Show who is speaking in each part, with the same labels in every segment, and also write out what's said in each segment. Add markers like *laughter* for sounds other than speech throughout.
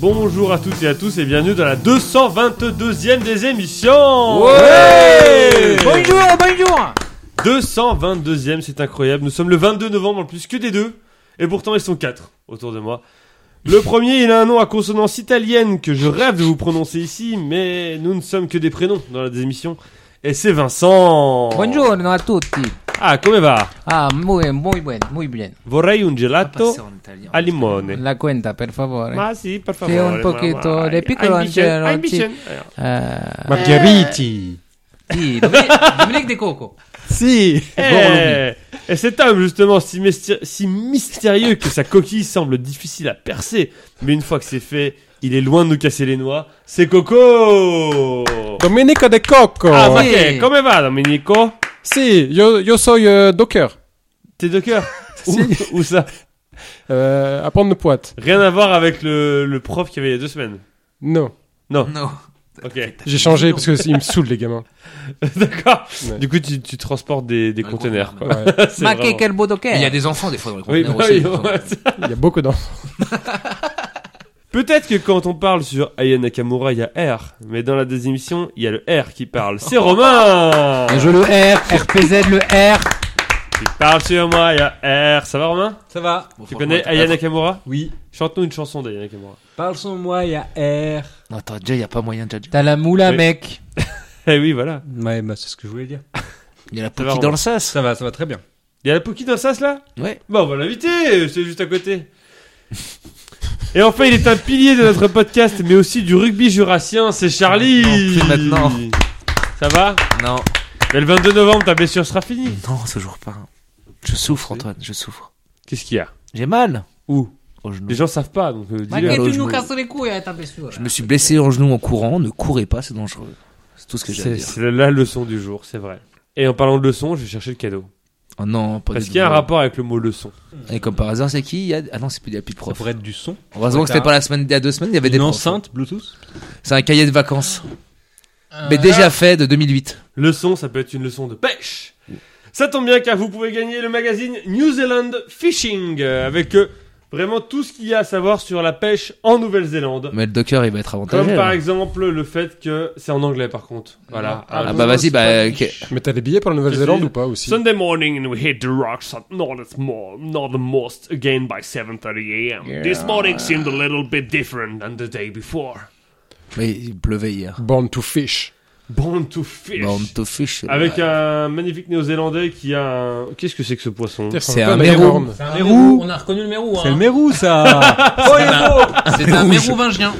Speaker 1: Bonjour à toutes et à tous et bienvenue dans la 222e des émissions
Speaker 2: Ouais
Speaker 3: Bonjour, bonjour
Speaker 1: 222e, c'est incroyable. Nous sommes le 22 novembre en plus que des deux. Et pourtant, ils sont quatre autour de moi. Le premier, il a un nom à consonance italienne que je rêve de vous prononcer ici, mais nous ne sommes que des prénoms dans la émission. Et c'est Vincent
Speaker 3: Buongiorno a tutti.
Speaker 1: Ah, come va
Speaker 3: Ah, muy, muy bien, muy bien.
Speaker 1: Vorrei un gelato
Speaker 2: en italien.
Speaker 1: al limone.
Speaker 3: La cuenta, per favore.
Speaker 1: Ma si, per favore.
Speaker 3: Eh. Sì, un pochetto
Speaker 1: ma- ma-
Speaker 3: di piccolo
Speaker 1: ein bisschen,
Speaker 3: angelo,
Speaker 1: ein
Speaker 3: sì.
Speaker 1: bisschen.
Speaker 3: Euh,
Speaker 4: Margheriti.
Speaker 3: sì, Dominique, Dominique De
Speaker 2: *laughs*
Speaker 3: Coco.
Speaker 4: Si.
Speaker 1: Eh, Et cet homme, justement, si, mysti- si mystérieux que sa coquille semble difficile à percer, mais une fois que c'est fait, il est loin de nous casser les noix, c'est Coco
Speaker 4: Domenico De Cocco.
Speaker 1: Ah,
Speaker 3: oui.
Speaker 1: ok, come va, Domenico
Speaker 4: Si, yo, yo soy euh, docker.
Speaker 1: T'es de cœur où, où ça
Speaker 4: Euh, à prendre le poite.
Speaker 1: Rien à voir avec le, le prof qu'il y avait il y a deux semaines.
Speaker 4: Non,
Speaker 1: Non,
Speaker 2: Non.
Speaker 1: ok, *laughs*
Speaker 4: j'ai changé parce qu'ils me saoulent, les gamins.
Speaker 1: d'accord.
Speaker 4: Ouais.
Speaker 1: Du coup, tu, tu transportes des, des
Speaker 2: Un
Speaker 1: containers, quoi.
Speaker 2: conteneur,
Speaker 4: Ouais.
Speaker 1: C'est
Speaker 3: Ma
Speaker 1: vraiment-
Speaker 3: che quel beau docker.
Speaker 2: Il y a des enfants des fois dans les
Speaker 1: Oui,
Speaker 2: conteneurs
Speaker 1: bah
Speaker 2: aussi.
Speaker 1: oui,
Speaker 2: donc,
Speaker 1: ouais,
Speaker 2: euh,
Speaker 4: Il y a beaucoup d'enfants.
Speaker 1: Peut-être que quand on parle sur Aya Nakamura, il y a R, mais dans la deuxième émission, il y a le R qui parle. *laughs* C'est Romain
Speaker 4: le R, RPZ, le R.
Speaker 1: Qui parle sur moi, il y a R. Ça va Romain
Speaker 5: Ça va
Speaker 2: bon,
Speaker 1: Tu
Speaker 2: franchement,
Speaker 1: connais
Speaker 2: t'as
Speaker 1: Aya
Speaker 2: pas-
Speaker 1: Nakamura
Speaker 5: Oui.
Speaker 1: Chante-nous une chanson d'Aya Nakamura. *laughs*
Speaker 5: Parle sans moi, il y a R.
Speaker 2: Non, attends, déjà, il n'y a pas moyen, déjà. déjà.
Speaker 3: T'as la moula,
Speaker 1: Oui.
Speaker 3: mec.
Speaker 1: Eh oui, voilà.
Speaker 5: Ouais, bah, c'est ce que je voulais dire.
Speaker 2: Il y a la
Speaker 1: va,
Speaker 2: petite dans
Speaker 1: on-
Speaker 2: le sas.
Speaker 5: Ça va, ça va très bien.
Speaker 1: Il y a la Poki dans le sas là
Speaker 2: Ouais.
Speaker 1: Bah on va l'inviter, c'est juste à côté. *laughs* Et enfin, il est un pilier de notre podcast, mais aussi du rugby jurassien, c'est Charlie
Speaker 2: Non, plus maintenant.
Speaker 1: Ça va
Speaker 2: Non,
Speaker 1: Mais le 22 novembre, ta blessure sera finie.
Speaker 2: non, toujours pas. Je souffre, Antoine, je souffre.
Speaker 1: Qu'est-ce qu'il y a
Speaker 2: J'ai mal
Speaker 1: Où
Speaker 2: au genou.
Speaker 1: Les gens savent pas, donc euh,
Speaker 3: Ma
Speaker 1: dis-le.
Speaker 3: che
Speaker 2: alors,
Speaker 3: tu
Speaker 2: je
Speaker 3: nous
Speaker 2: me-
Speaker 3: casses les couilles avec ta blessure.
Speaker 2: Je me suis blessé en genou en courant. Ne courez pas, c'est dangereux. C'est tout ce que j'ai à
Speaker 1: C'est
Speaker 2: dire.
Speaker 1: c'est la, la leçon du jour, c'est vrai. Et en parlant de leçon, je vais chercher le cadeau.
Speaker 2: Oh non, pas
Speaker 1: Parce
Speaker 2: du
Speaker 1: qu'il y a un
Speaker 2: tout.
Speaker 1: rapport avec le mot leçon.
Speaker 2: Et comme par hasard, c'est qui il y a... Ah non, c'est plus il y a plus de
Speaker 5: Ça
Speaker 2: prof.
Speaker 5: pourrait être du son.
Speaker 2: Heureusement que c'était pas la semaine, il y a deux semaines, il y avait des
Speaker 5: Une
Speaker 2: profs.
Speaker 5: enceinte Bluetooth
Speaker 2: C'est un cahier de vacances. Mais déjà fait de 2008.
Speaker 1: Leçon, ça peut être une leçon de pêche. Ça tombe bien car vous pouvez gagner le magazine New Zealand Fishing euh, avec euh, vraiment tout ce qu'il y a à savoir sur la pêche en Nouvelle-Zélande.
Speaker 2: Mais le docker, il va être
Speaker 1: Comme
Speaker 2: avantageux.
Speaker 1: par
Speaker 2: là.
Speaker 1: exemple le fait que c'est en anglais par contre. Voilà.
Speaker 2: Ah bah vas-y, bah. ok.
Speaker 4: Mais t'as les billets pour la Nouvelle-Zélande ou pas aussi
Speaker 1: Sunday morning and we hit the rocks at Northmore, northernmost again by 7:30 a.m. This morning seemed a little bit different than the day before.
Speaker 2: Mais il pleuvait hier.
Speaker 4: Born to fish.
Speaker 1: Born to fish.
Speaker 2: Bon, Bah, on te fiche.
Speaker 1: Bah, Avec un magnifique néo-zélandais qui a un... Qu'est-ce que c'est que ce poisson
Speaker 2: C'est
Speaker 4: pas
Speaker 2: un
Speaker 4: mérou.
Speaker 2: mérou.
Speaker 3: un
Speaker 5: Mérou. Ah, mérou.
Speaker 3: On a reconnu le mérou.
Speaker 5: C'est le Mérou, ça
Speaker 3: C'est un mérouvingien.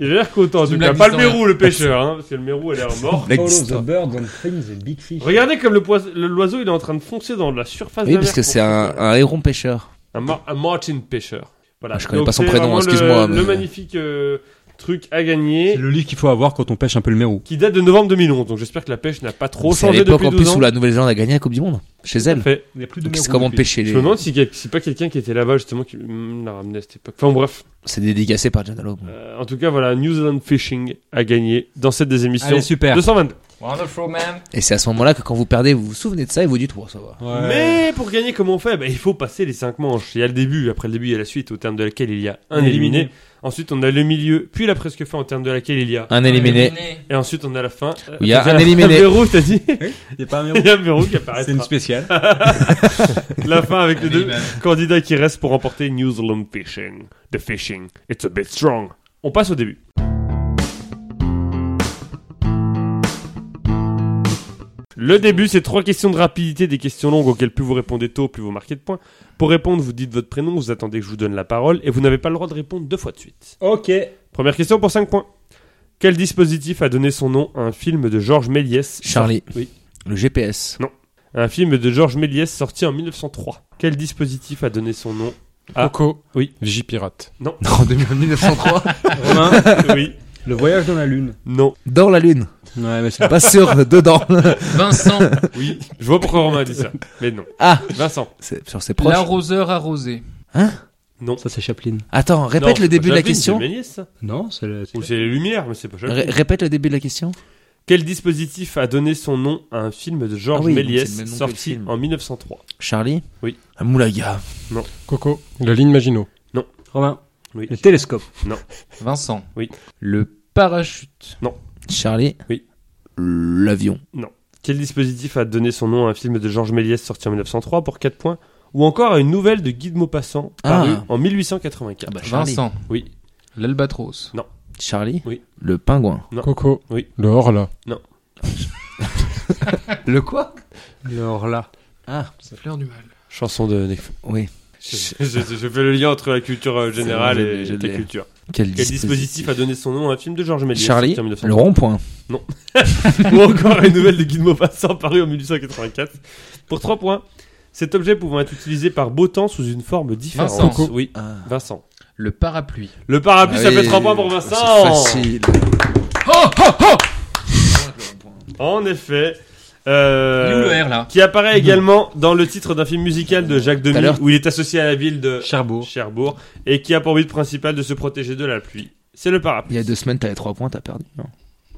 Speaker 1: Il a l'air content, en
Speaker 3: C'est
Speaker 1: tout
Speaker 3: une
Speaker 1: cas.
Speaker 3: blague
Speaker 1: Pas le
Speaker 3: d'historien.
Speaker 1: mérou, le pêcheur, hein, parce que le mérou a l'air
Speaker 2: *laughs*
Speaker 1: mort.
Speaker 2: Mec,
Speaker 5: birds and things and big fish.
Speaker 1: Regardez comme le pois- le- l'oiseau il est en train de foncer dans la surface
Speaker 2: Oui,
Speaker 1: de la
Speaker 2: parce
Speaker 1: mer
Speaker 2: que
Speaker 1: pour-
Speaker 2: c'est un, un héron pêcheur.
Speaker 1: Un, mar- un Martin pêcheur. Voilà.
Speaker 2: Ah, je connais
Speaker 1: Donc,
Speaker 2: pas son
Speaker 1: c'est
Speaker 2: prénom,
Speaker 1: vraiment le-
Speaker 2: excuse-moi,
Speaker 1: Le,
Speaker 2: mais-
Speaker 1: magnifique euh, truc à
Speaker 5: C'est
Speaker 1: gagner
Speaker 5: le lit qu'il faut avoir quand on pêche un peu le Mérou.
Speaker 1: qui date de novembre 2011. Donc j'espère que la pêche n'a pas trop
Speaker 2: C'est à
Speaker 1: changé
Speaker 2: l'époque
Speaker 1: depuis
Speaker 2: en
Speaker 1: 12
Speaker 2: plus
Speaker 1: ans.
Speaker 2: où la Nouvelle-Zélande a gagné la Coupe du Monde chez elle.
Speaker 1: Fait.
Speaker 5: Il n'y a plus de
Speaker 2: Donc c'est comment pêcher
Speaker 1: Je
Speaker 2: les.
Speaker 1: me demande si, si pas quelqu'un qui était là-bas justement qui mm, l'a ramené à cette époque. Enfin bref.
Speaker 2: C'est dédicacé par Gianalo.
Speaker 1: Euh, en tout cas, voilà, New Zealand Fishing a gagné dans cette des émissions.
Speaker 5: Allez, super.
Speaker 1: 222.
Speaker 3: Wonderful man.
Speaker 2: Et c'est à ce moment-là que quand vous perdez, vous vous souvenez de ça et vous dites, ouais, ça va.
Speaker 1: Mais pour gagner, comment on fait Bah, Il faut passer les 5 manches. Il y a le début, après le début, il y a la suite, au terme de laquelle il y a un éliminé. Ensuite, on a le milieu, puis la presque fin, au terme de laquelle il y a.
Speaker 2: Un éliminé.
Speaker 1: Et ensuite, on a la fin. Euh,
Speaker 2: Il y a
Speaker 1: t'as dit
Speaker 2: un
Speaker 1: la-
Speaker 2: éliminé.
Speaker 1: Un verrou, t'as
Speaker 2: *laughs*
Speaker 1: dit
Speaker 5: Il n'y a pas *laughs* un
Speaker 1: Il
Speaker 5: Mérou.
Speaker 1: y a un verrou qui apparaît.
Speaker 5: C'est une spéciale.
Speaker 1: La fin avec les deux candidats qui restent pour remporter New Zealand Fishing. The Fishing, it's a bit strong. On passe au début. Le début, c'est trois questions de rapidité, des questions longues auxquelles plus vous répondez tôt, plus vous marquez de points. Pour répondre, vous dites votre prénom, vous attendez que je vous donne la parole et vous n'avez pas le droit de répondre deux fois de suite.
Speaker 5: Ok.
Speaker 1: Première question pour 5 points. Quel dispositif a donné son nom à un film de Georges Méliès
Speaker 2: Charlie.
Speaker 1: Oui.
Speaker 2: Le
Speaker 1: *laughs*
Speaker 2: GPS.
Speaker 1: Un film de Georges Méliès sorti en 1903. Quel dispositif a donné son nom Ah.
Speaker 4: Coco.
Speaker 1: Oui.
Speaker 4: J-Pirate.
Speaker 2: En 1903.
Speaker 5: Romain,
Speaker 1: Ah. *laughs* Oui.
Speaker 5: *laughs* le voyage dans la Lune.
Speaker 1: Non.
Speaker 2: *laughs* Dans la Lune.
Speaker 5: Ouais, mais c'est
Speaker 2: Pas sûr,
Speaker 1: *laughs*
Speaker 2: euh, dedans. *laughs*
Speaker 3: Vincent,
Speaker 1: Oui. Je vois pourquoi Romain a dit ça. Mais non.
Speaker 2: Ah,
Speaker 1: Vincent.
Speaker 2: c'est sur ses proches.
Speaker 3: l'arroseur arrosé.
Speaker 1: Non.
Speaker 5: Ça, c'est Chaplin.
Speaker 2: Attends,
Speaker 1: Non,
Speaker 2: répète le
Speaker 1: c'est
Speaker 2: début
Speaker 1: pas
Speaker 2: de la
Speaker 1: Chaplin,
Speaker 2: question.
Speaker 1: c'est Méliès, ça.
Speaker 5: Non, c'est le. c'est-
Speaker 1: Ou c'est les Lumières, mais c'est pas Chaplin.
Speaker 2: Ré- répète le début de la question.
Speaker 1: Quel dispositif a donné son nom à un film de Georges
Speaker 2: Ah oui, donc c'est le
Speaker 1: Méliès
Speaker 2: même nom que le
Speaker 1: sorti
Speaker 2: film.
Speaker 1: en 1903
Speaker 2: Charlie
Speaker 1: Oui.
Speaker 2: Un moulaga.
Speaker 4: Coco, la ligne Maginot.
Speaker 5: Romain.
Speaker 1: Oui.
Speaker 5: Le télescope.
Speaker 3: Vincent.
Speaker 1: Oui.
Speaker 3: Le parachute.
Speaker 2: Charlie
Speaker 1: Oui.
Speaker 2: L'avion.
Speaker 1: Quel dispositif a donné son nom à un film de Georges Méliès sorti en 1903 pour 4 points Ou encore à une nouvelle de Guy de Maupassant parue
Speaker 2: Ah.
Speaker 1: en 1884
Speaker 2: bah
Speaker 3: Vincent.
Speaker 1: Oui.
Speaker 3: L'albatros.
Speaker 2: Charlie
Speaker 1: Oui.
Speaker 2: Le pingouin.
Speaker 1: Non.
Speaker 4: Coco.
Speaker 1: Oui.
Speaker 4: Le Horla.
Speaker 2: Le quoi
Speaker 4: Le Horla.
Speaker 2: Ah,
Speaker 3: C'est fleur du mal.
Speaker 1: Chanson de Nekfeu.
Speaker 2: oui.
Speaker 1: je, je- je fais le lien entre la culture euh, générale
Speaker 2: bon, je l'ai,
Speaker 1: et
Speaker 2: je
Speaker 1: ta
Speaker 2: l'ai.
Speaker 1: culture.
Speaker 2: Quel,
Speaker 1: Quel dispositif a donné son nom à un film de Georges Méliès
Speaker 2: Charlie
Speaker 1: sorti en
Speaker 2: Le
Speaker 1: 1903
Speaker 2: rond-point.
Speaker 1: Ou encore à une nouvelle de Guy de *laughs* Maupassant parue en 1884 Pour 3 points, cet objet pouvant être utilisé par beau temps sous une forme différente.
Speaker 3: Vincent.
Speaker 1: Coco. Oui,
Speaker 2: Ah.
Speaker 1: Vincent.
Speaker 3: Le parapluie.
Speaker 1: Le parapluie, ça
Speaker 2: Ah oui,
Speaker 1: fait 3 points pour
Speaker 2: c'est
Speaker 1: Vincent
Speaker 2: facile. Oh,
Speaker 1: En effet. euh,
Speaker 3: Il est où le R là
Speaker 1: qui apparaît également dans le titre d'un film musical de Jacques
Speaker 2: à
Speaker 1: Demy
Speaker 2: l'heure-
Speaker 1: où il est associé à la ville de
Speaker 5: Cherbourg.
Speaker 1: Cherbourg et qui a pour but principal de se protéger de la pluie. C'est le parapluie.
Speaker 2: Il y a deux semaines, t'avais trois points, t'as perdu. Non.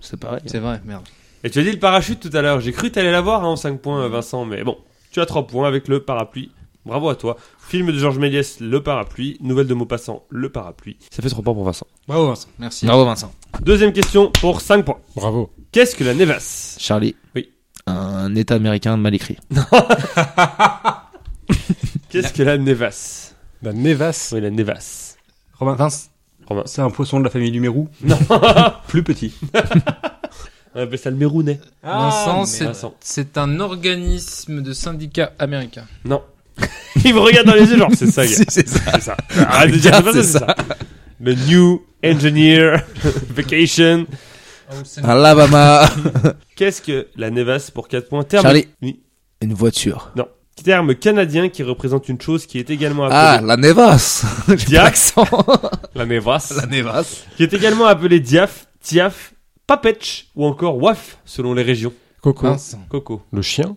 Speaker 2: C'est pareil. hein.
Speaker 3: C'est vrai, merde.
Speaker 1: Et tu as dit le parachute tout à l'heure. J'ai cru t'allais l'avoir hein, en 5 points, Vincent, mais bon, tu as 3 points avec le parapluie. Bravo à toi. Film de Georges Méliès, Le Parapluie. Nouvelle de Maupassant, Le Parapluie. Ça fait 3 points pour Vincent.
Speaker 4: Bravo, Vincent.
Speaker 3: Merci.
Speaker 2: Bravo Vincent.
Speaker 1: Deuxième question pour 5 points.
Speaker 4: Bravo.
Speaker 1: Qu'est-ce que la névasse
Speaker 2: Charlie.
Speaker 1: Oui.
Speaker 2: Un état américain mal écrit.
Speaker 1: Qu'est-ce que la névasse
Speaker 4: La Névas.
Speaker 1: Oui, la névasse.
Speaker 5: Romain. Vince.
Speaker 1: Romain.
Speaker 5: C'est un poisson de la famille du Mérou.
Speaker 1: Non. *laughs*
Speaker 5: Plus petit.
Speaker 1: On appelle ça le Mérounet.
Speaker 3: Vincent, c'est-
Speaker 1: Ah, Vincent.
Speaker 3: c'est un organisme de syndicat américain.
Speaker 1: Non. Il me regarde dans les yeux, genre, *laughs* c'est ça, gars.
Speaker 2: *laughs*
Speaker 1: Ah,
Speaker 2: c'est ça.
Speaker 1: C'est ça. Arrête de dire
Speaker 2: Regarde,
Speaker 1: pas ça,
Speaker 2: c'est
Speaker 1: c'est ça. Le New Engineer *laughs* Vacation. Ah
Speaker 2: Alabama.
Speaker 1: Qu'est-ce que la Nevas pour 4 points terme...
Speaker 2: Charlie.
Speaker 1: Oui.
Speaker 2: Une voiture.
Speaker 1: Terme canadien qui représente une chose qui est également
Speaker 2: Ah,
Speaker 1: appelée
Speaker 2: la
Speaker 1: *laughs*
Speaker 2: Nevas. J'ai pas
Speaker 1: Diac.
Speaker 2: l'accent.
Speaker 1: la Nevas,
Speaker 2: Ah, La Nevas.
Speaker 1: qui est également appelée Diaf, Tiaf, Papetch ou encore Waf selon les régions.
Speaker 4: Coco.
Speaker 3: Vincent.
Speaker 1: Coco.
Speaker 4: Le chien.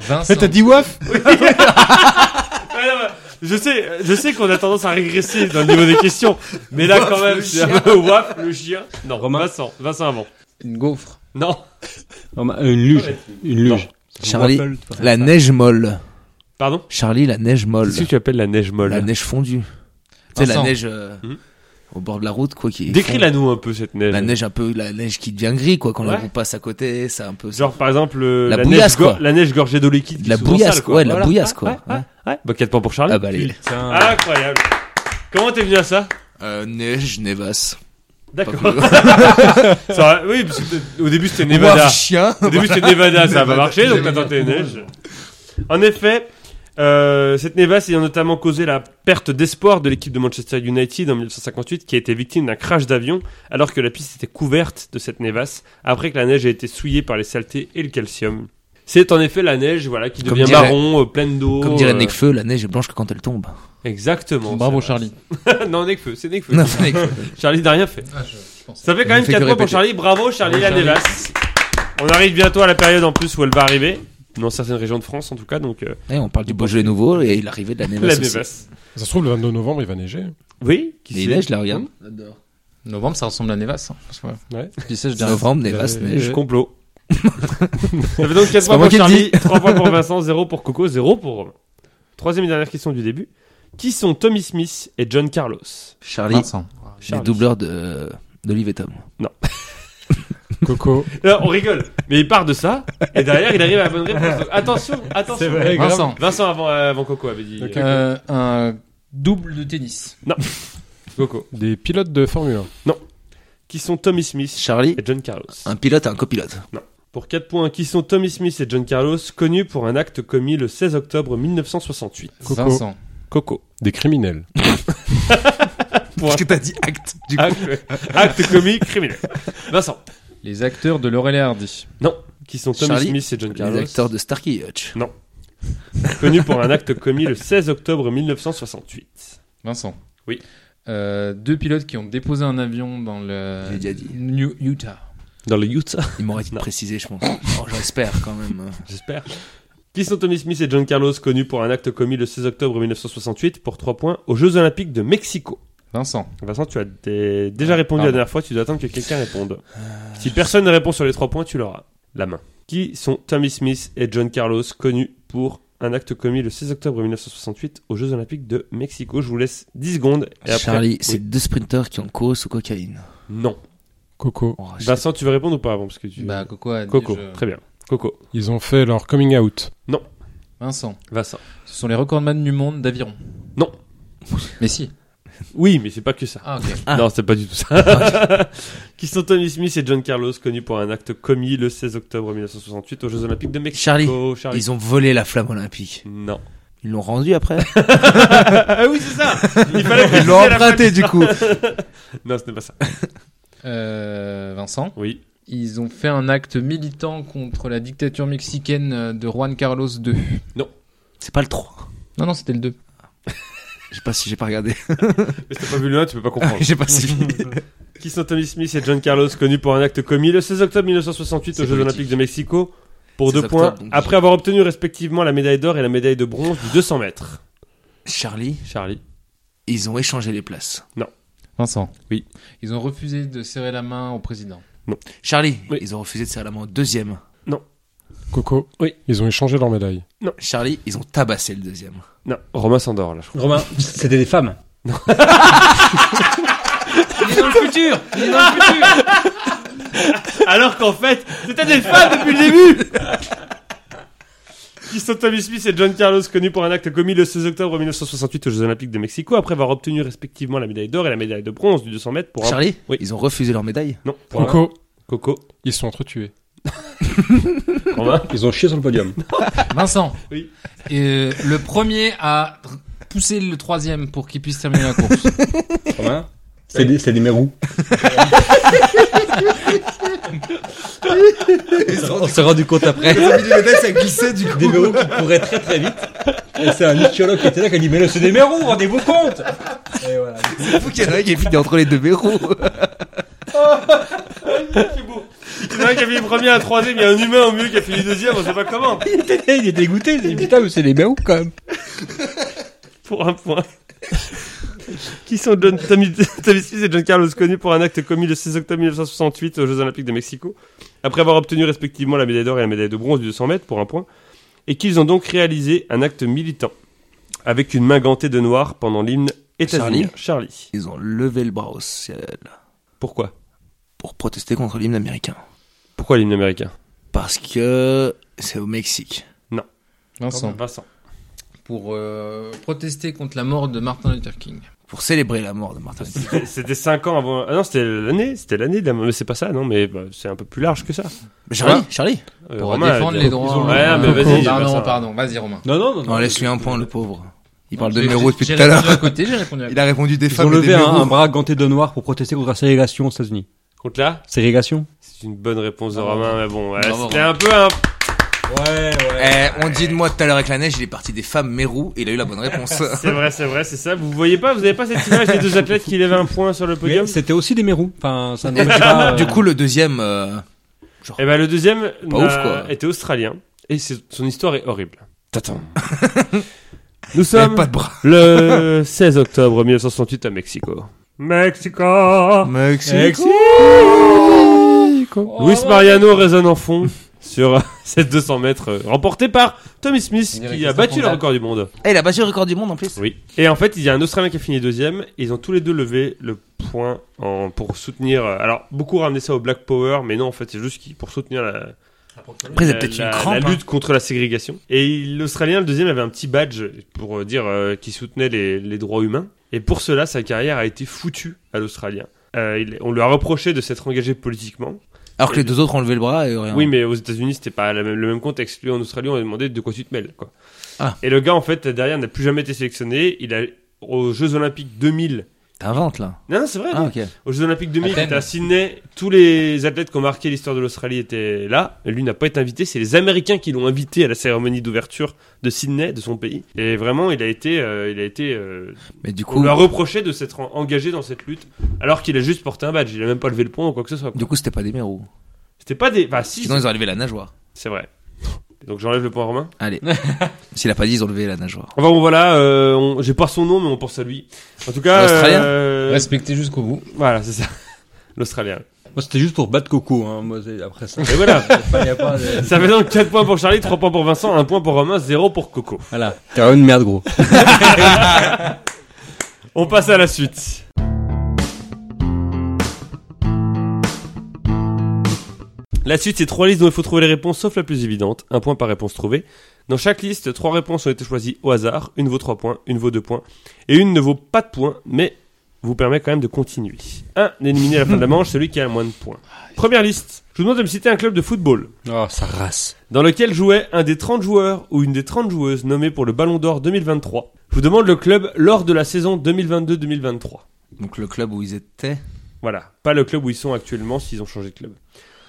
Speaker 3: Vincent.
Speaker 4: dit waf
Speaker 1: Ah, non, bah, je sais, je sais qu'on a tendance à régresser dans le niveau des questions, mais là quand même, c'est un peu *laughs* Waf le chien. Non,
Speaker 5: Romain.
Speaker 1: Vincent, Vincent avant.
Speaker 3: Une gaufre.
Speaker 1: Non,
Speaker 5: Romain, euh, une luge. Une luge.
Speaker 2: Charlie.
Speaker 5: Waffle, tu vois.
Speaker 2: La neige molle.
Speaker 1: pardon.
Speaker 2: Charlie, la neige molle.
Speaker 1: tu appelles la neige molle
Speaker 2: La neige fondue. Tu sais, la
Speaker 3: Vincent.
Speaker 2: neige euh,
Speaker 1: Hmm.
Speaker 2: au bord de la route, quoi. Qui est
Speaker 1: Décris-la nous un peu cette neige.
Speaker 2: La neige un peu, la neige qui devient gris, quoi, quand
Speaker 1: Euh, Ouais.
Speaker 2: la roue passe à côté, ça un peu. ça-
Speaker 1: Genre par exemple euh,
Speaker 2: La
Speaker 1: la,
Speaker 2: bouillasse,
Speaker 1: neige go-
Speaker 2: quoi.
Speaker 1: la neige gorgée d'eau liquide.
Speaker 2: de la
Speaker 1: qui est souvent
Speaker 2: bouillasse,
Speaker 1: sale,
Speaker 2: quoi. Ouais, de la bouillasse, quoi.
Speaker 1: Ouais, ouais,
Speaker 2: Ouais.
Speaker 1: ouais. Bah 4 points pour Charlie.
Speaker 2: Ah bah, allez.
Speaker 5: Putain.
Speaker 1: Incroyable. Comment t'es venu à ça
Speaker 2: Euh, neige, Nevas.
Speaker 1: D'accord. *laughs* Ça va- oui, parce que t'es- au début c'était Nevada.
Speaker 2: Voir chien.
Speaker 1: Au début c'était Nevada, ça a pas marché, donc t'as tenté neige. En effet, euh, cette névasse ayant notamment causé la perte d'espoir de l'équipe de Manchester United en 1958, qui a été victime d'un crash d'avion, alors que la piste était couverte de cette névasse, après que la neige a été souillée par les saletés et le calcium. C'est en effet la neige voilà, qui
Speaker 2: Comme
Speaker 1: devient
Speaker 2: dirait-
Speaker 1: marron, euh, pleine d'eau.
Speaker 2: Comme dirait
Speaker 1: euh,
Speaker 2: Necfeu, la neige est blanche que quand elle tombe. *laughs*
Speaker 1: Exactement.
Speaker 3: Bravo
Speaker 1: c'est vrai.
Speaker 3: Charlie.
Speaker 1: *laughs* non, Necfeu, c'est Necfeu.
Speaker 2: Non, c'est Necfeu.
Speaker 1: Charlie n'a rien fait.
Speaker 3: Ah, je, je pense.
Speaker 1: Ça fait quand
Speaker 2: Je
Speaker 1: même
Speaker 2: fais
Speaker 1: 4
Speaker 2: que
Speaker 1: points pour
Speaker 2: répéter.
Speaker 1: Charlie. Bravo Charlie la
Speaker 3: Bravo, Charlie.
Speaker 1: Nevas. On arrive bientôt à la période en plus où elle va arriver. Dans certaines régions de France en tout cas, donc euh,
Speaker 2: Eh, on parle du Beaujolais nouveau et l'arrivée de la Nevas.
Speaker 1: la
Speaker 2: aussi.
Speaker 1: Nevas.
Speaker 4: Ça se trouve, le 22 novembre, il va neiger.
Speaker 1: Oui, qui
Speaker 2: Les
Speaker 1: sait
Speaker 2: neiges, là, regarde.
Speaker 3: Novembre, ça ressemble à Nevas. hein, parce que, ouais.
Speaker 4: Ouais.
Speaker 3: Lissage derrière.
Speaker 2: Novembre, Nevas,
Speaker 4: Euh,
Speaker 2: neige. *laughs*
Speaker 1: Complot. Ça fait donc 4 points
Speaker 2: pas moi
Speaker 1: pour
Speaker 2: qui le
Speaker 1: Charlie,
Speaker 2: dis.
Speaker 1: 3 points
Speaker 2: *laughs*
Speaker 1: pour Vincent, 0 pour Coco, 0 pour Romain. Troisième et dernière question du début. Qui sont Tommy Smith et John Carlos
Speaker 2: Charlie,
Speaker 3: Vincent.
Speaker 2: les
Speaker 1: Charlie.
Speaker 2: doubleurs de d'Olive et Tom.
Speaker 4: Coco.
Speaker 1: Là, on rigole, mais il part de ça, et derrière il arrive à la bonne réponse. Donc, attention, attention.
Speaker 3: Vincent.
Speaker 1: Vincent avant, euh, avant Coco avait dit.
Speaker 4: Ok.
Speaker 1: euh,
Speaker 3: Euh, un double de tennis.
Speaker 2: Euh.
Speaker 1: Coco.
Speaker 4: Des pilotes de Formule 1.
Speaker 1: Qui sont Tommy Smith
Speaker 2: Charlie,
Speaker 1: et John Carlos
Speaker 2: un pilote et un copilote.
Speaker 1: Pour 4 points, qui sont Tommy Smith et John Carlos, connus pour un acte commis le 16 octobre 1968
Speaker 4: Coco.
Speaker 3: Vincent.
Speaker 1: Coco.
Speaker 4: Des criminels.
Speaker 1: Parce que
Speaker 2: t'as dit acte, du
Speaker 1: Acte, acte commis criminel. Vincent.
Speaker 3: Les acteurs de Laurel et Hardy.
Speaker 1: Qui sont Tommy
Speaker 2: Charlie,
Speaker 1: Smith et John
Speaker 2: Les
Speaker 1: Carlos,
Speaker 2: acteurs de Starkey Hutch.
Speaker 1: connus pour un acte commis le 16 octobre 1968
Speaker 3: Vincent.
Speaker 1: Oui.
Speaker 3: Euh, deux pilotes qui ont déposé un avion dans le.
Speaker 2: J'ai déjà dit.
Speaker 3: New Utah.
Speaker 1: Dans le Utah.
Speaker 2: Il m'aurait dit de
Speaker 1: Non.
Speaker 2: préciser, je pense. Oh, J'espère quand même.
Speaker 1: J'espère. Qui sont Tommy Smith et John Carlos, connus pour un acte commis le 16 octobre 1968 pour 3 points aux Jeux Olympiques de Mexico
Speaker 3: Vincent.
Speaker 1: Vincent, tu as des- déjà répondu
Speaker 3: pardon.
Speaker 1: la dernière fois, tu dois attendre que quelqu'un réponde. Si personne ne répond sur les trois points, tu l'auras. La main. Qui sont Tommy Smith et John Carlos, connus pour un acte commis le 16 octobre 1968 aux Jeux Olympiques de Mexico Je vous laisse 10 secondes. Et après...
Speaker 2: Charlie,
Speaker 1: Oui.
Speaker 2: c'est deux sprinters qui ont cause sous cocaïne.
Speaker 1: Non.
Speaker 4: Coco.
Speaker 2: Oh, je-
Speaker 1: Vincent, tu veux répondre ou pas avant parce que tu...
Speaker 3: Bah, Coco a dit,
Speaker 1: Coco,
Speaker 3: je-
Speaker 1: très bien. Coco.
Speaker 4: Ils ont fait leur coming out.
Speaker 3: Vincent.
Speaker 1: Vincent.
Speaker 3: Ce sont les recordman du monde d'aviron.
Speaker 1: Non.
Speaker 3: Mais si.
Speaker 1: Oui, mais c'est pas que ça.
Speaker 3: Ah, ok.
Speaker 2: Ah.
Speaker 1: Non, c'est pas du tout ça. *laughs* qui sont Tommy Smith et John Carlos, connus pour un acte commis le 16 octobre 1968 aux Jeux Olympiques de Mexico.
Speaker 2: Charlie,
Speaker 5: Ah
Speaker 1: Charlie.
Speaker 2: ils ont volé la flamme olympique.
Speaker 1: Non.
Speaker 2: Ils l'ont rendue après
Speaker 1: Ah oui, c'est ça Il fallait
Speaker 2: *laughs* Ils
Speaker 1: préciser
Speaker 5: *laughs*
Speaker 2: l'ont
Speaker 1: la
Speaker 2: empruntée du coup.
Speaker 1: fin. Non, ce n'est pas ça.
Speaker 3: Euh, Vincent.
Speaker 1: Oui.
Speaker 3: Ils ont fait un acte militant contre la dictature mexicaine euh, de Juan Carlos II.
Speaker 2: C'est pas le 3.
Speaker 3: Non, non, c'était le 2.
Speaker 2: Je sais pas si j'ai pas regardé.
Speaker 1: Mais si t'as pas vu le 1, tu peux pas *laughs* comprendre.
Speaker 2: *laughs* J'ai pas
Speaker 5: *laughs*
Speaker 2: suivi.
Speaker 1: qui sont Tommy Smith et John Carlos, connus pour un acte commis le 16 octobre 1968 aux
Speaker 2: C'est
Speaker 1: Jeux
Speaker 2: politique.
Speaker 1: Olympiques de Mexico pour
Speaker 2: 16
Speaker 1: deux points,
Speaker 2: octobre, donc.
Speaker 1: après avoir obtenu respectivement la médaille d'or et la médaille de bronze du 200 mètres.
Speaker 2: Charlie,
Speaker 1: Charlie.
Speaker 2: ils ont échangé les places.
Speaker 3: Vincent.
Speaker 1: Oui.
Speaker 3: Ils ont refusé de serrer la main au président.
Speaker 2: Charlie,
Speaker 1: Oui.
Speaker 2: ils ont refusé de serrer la main au deuxième.
Speaker 4: Coco.
Speaker 1: Oui.
Speaker 4: Ils ont échangé leur médaille.
Speaker 2: Charlie, ils ont tabassé le deuxième.
Speaker 1: Non, Romain s'endort là, je crois.
Speaker 5: Romain, c'était des femmes.
Speaker 2: Il est dans le futur Il est dans le futur
Speaker 1: Alors qu'en fait, c'était des fans depuis le *laughs* début Qui sont Tommy Smith et John Carlos, connus pour un acte commis le 16 octobre 1968 aux Jeux Olympiques de Mexico, après avoir obtenu respectivement la médaille d'or et la médaille de bronze du 200 mètres pour un...
Speaker 2: Charlie,
Speaker 1: Oui.
Speaker 2: ils ont refusé leur *laughs* médaille.
Speaker 1: Non, pour un-
Speaker 4: Coco.
Speaker 1: Coco.
Speaker 4: Ils se sont entretués.
Speaker 1: Romain.
Speaker 5: Ils ont chié sur le podium.
Speaker 3: Vincent.
Speaker 1: *laughs* Oui.
Speaker 3: Et euh, le premier a poussé le troisième pour qu'il puisse terminer la
Speaker 2: *laughs*
Speaker 3: course.
Speaker 5: Romain, c'est des, c'est des *laughs* mérous. On s'est rendu compte après.
Speaker 2: ça glissait du
Speaker 5: Des mérous qui couraient très très vite. Et c'est un mythologue qui était là qui a dit Mais là, c'est des mérous, rendez-vous compte Et voilà.
Speaker 2: Il faut qu'il y en ait un qui est fini entre les deux verrous.
Speaker 1: C'est beau. Il y en a un qui a fini premier, un troisième, il y a un humain au milieu qui a fini deuxième, on sait pas comment.
Speaker 5: Il est dégoûté, il dit Putain, mais *laughs* c'est des mérous quand même.
Speaker 1: Pour un point. Qui sont John, Tommy, Tommy Smith et John Carlos connus pour un acte commis le 16 octobre 1968 aux Jeux Olympiques de Mexico, après avoir obtenu respectivement la médaille d'or et la médaille de bronze du 200 mètres pour un point, et qu'ils ont donc réalisé un acte militant avec une main gantée de noir pendant l'hymne états-unien. Charlie.
Speaker 2: Ils ont levé le bras au ciel
Speaker 1: Pourquoi
Speaker 2: pour protester contre l'hymne américain.
Speaker 1: Pourquoi l'hymne américain
Speaker 2: Parce que c'est au Mexique.
Speaker 3: Vincent.
Speaker 1: Vincent.
Speaker 3: Pour euh, protester contre la mort de Martin Luther King.
Speaker 2: Pour célébrer la mort de Martin Luther King.
Speaker 1: C'était- C'était 5 ans avant. Ah non, c'était l'année, c'était l'année. de la- Mais c'est pas ça, non, mais bah, c'est un peu plus large que ça.
Speaker 2: Mais Charlie, Charlie.
Speaker 1: Euh,
Speaker 3: Pour
Speaker 1: Romain a
Speaker 3: défendre
Speaker 1: dit-
Speaker 3: les droits. euh,
Speaker 1: Ouais, mais vas-y. dis pas
Speaker 3: Pardon,
Speaker 1: ça.
Speaker 3: pardon. Vas-y, Romain.
Speaker 5: Non, non, non.
Speaker 2: Non, laisse-lui un point, le pauvre. Il parle de
Speaker 3: J'ai-
Speaker 2: Mero depuis
Speaker 3: j'ai
Speaker 2: tout à l'heure.
Speaker 3: répondu à côté, j'ai répondu à
Speaker 2: Il a répondu des
Speaker 5: Ils ont
Speaker 2: femmes et des
Speaker 5: levé un, un
Speaker 2: verrous.
Speaker 5: bras ganté de noir pour protester contre la ségrégation aux États-Unis.
Speaker 1: Contre là
Speaker 5: Ségrégation
Speaker 1: C'est une bonne réponse de
Speaker 2: Bravo.
Speaker 1: Romain, mais bon, ouais,
Speaker 2: Bravo,
Speaker 1: c'était un peu un.
Speaker 5: Ouais, ouais.
Speaker 2: Eh, on dit de moi tout à l'heure avec la neige, il est parti des femmes mérou et il a eu la bonne réponse.
Speaker 1: C'est vrai, c'est vrai, c'est ça. Vous voyez pas, vous avez pas cette image des deux athlètes qui lèvent un point sur le
Speaker 5: Eh,
Speaker 1: podium
Speaker 5: C'était aussi des mérous. Enfin, ça n'empêche pas, euh,
Speaker 2: du coup, le deuxième, euh,
Speaker 1: Et ben le deuxième n'a-
Speaker 2: ouf, quoi.
Speaker 1: était australien et c'est- son histoire est horrible. T'attends. *laughs* Nous
Speaker 2: il avait
Speaker 1: sommes
Speaker 2: pas de bras.
Speaker 1: le 16 octobre 1968 à Mexico. Mexico.
Speaker 2: Mexique.
Speaker 1: Luis Mariano résonne en fond sur *laughs* cette 200 mètres euh, remportée par Tommy Smith
Speaker 3: Eric
Speaker 1: qui a
Speaker 3: Christophe
Speaker 1: battu le
Speaker 3: Fontaine.
Speaker 1: record du monde.
Speaker 2: Eh, il a battu le record du monde en plus.
Speaker 1: Oui. Et en fait, il y a un Australien qui a fini deuxième. Et ils ont tous les deux levé le point en, pour soutenir. euh, Alors, beaucoup ramenaient ça au Black Power, mais non, en fait, c'est juste qu'ils- pour soutenir la,
Speaker 2: Après, c'est
Speaker 1: la-
Speaker 2: peut-être
Speaker 1: Euh, la-
Speaker 2: une crampe.
Speaker 1: La
Speaker 2: hein.
Speaker 1: lutte contre la ségrégation. Et il- l'Australien, le deuxième, avait un petit badge pour euh, dire euh, qu'il soutenait les, les droits humains. Et pour cela, sa carrière a été foutue à l'Australien. Euh, il- on lui a reproché de s'être engagé politiquement.
Speaker 2: Alors que les deux autres ont levé le bras et rien.
Speaker 1: Oui, mais aux États-Unis, c'était pas la même- le même contexte. Lui, en Australie, on a demandé de quoi tu te mêles. Quoi.
Speaker 2: Ah.
Speaker 1: Et le gars, en fait, derrière, n'a plus jamais été sélectionné. Il a, aux Jeux Olympiques 2000.
Speaker 2: T'inventes là.
Speaker 1: Non, non, c'est vrai.
Speaker 2: Ah, ok.
Speaker 1: Aux Jeux Olympiques 2000,
Speaker 3: Athènes.
Speaker 1: il était à Sydney. Tous les athlètes qui ont marqué l'histoire de l'Australie étaient là. Et Lui n'a pas été invité. C'est les Américains qui l'ont invité à la cérémonie d'ouverture de Sydney, de son pays. Et vraiment, il a été. euh, il a été euh,
Speaker 2: Mais du
Speaker 1: on
Speaker 2: coup,
Speaker 1: lui a reproché de s'être en- engagé dans cette lutte, alors qu'il a juste porté un badge. Il a même pas levé le poing ou quoi que ce soit. quoi.
Speaker 2: du coup, c'était pas des mérous.
Speaker 1: C'était pas des. Bah, si,
Speaker 2: Sinon, ils auraient levé la nageoire.
Speaker 1: c'est vrai. Et donc j'enlève le point romain. *laughs*
Speaker 2: Allez. S'il a pas dit, ils ont levé la nageoire.
Speaker 1: Enfin bon voilà, euh, on- j'ai pas son nom mais on pense à lui. En tout cas,
Speaker 2: L'Australien
Speaker 1: euh,
Speaker 3: Respectez jusqu'au bout.
Speaker 1: voilà c'est ça, *laughs* l'Australien.
Speaker 5: Moi, c'était juste pour battre Coco. Hein. Moi, c'est- après ça.
Speaker 1: Et voilà,
Speaker 5: Enfin, y a pas *laughs* de-
Speaker 1: ça fait donc 4 points pour Charlie, 3 points pour Vincent, 1 point pour Romain, 0 pour Coco.
Speaker 5: Voilà. T'es vraiment une merde, gros.
Speaker 1: On passe à la suite. La suite, c'est trois listes dont il faut trouver les réponses, sauf la plus évidente. Un point par réponse trouvée. Dans chaque liste, trois réponses ont été choisies au hasard. Une vaut trois points, une vaut deux points, et une ne vaut pas de points, mais vous permet quand même de continuer. Un, d'éliminer à la fin de la manche celui qui a le moins de points. Première liste. Je vous demande de me citer un club de football
Speaker 5: Oh, ça race.
Speaker 1: dans lequel jouait un des 30 joueurs ou une des 30 joueuses nommés pour le Ballon d'Or 2023. Je vous demande le club lors de la saison 2022-2023.
Speaker 2: Donc le club où ils étaient.
Speaker 1: Voilà, pas le club où ils sont actuellement s'ils ont changé de club.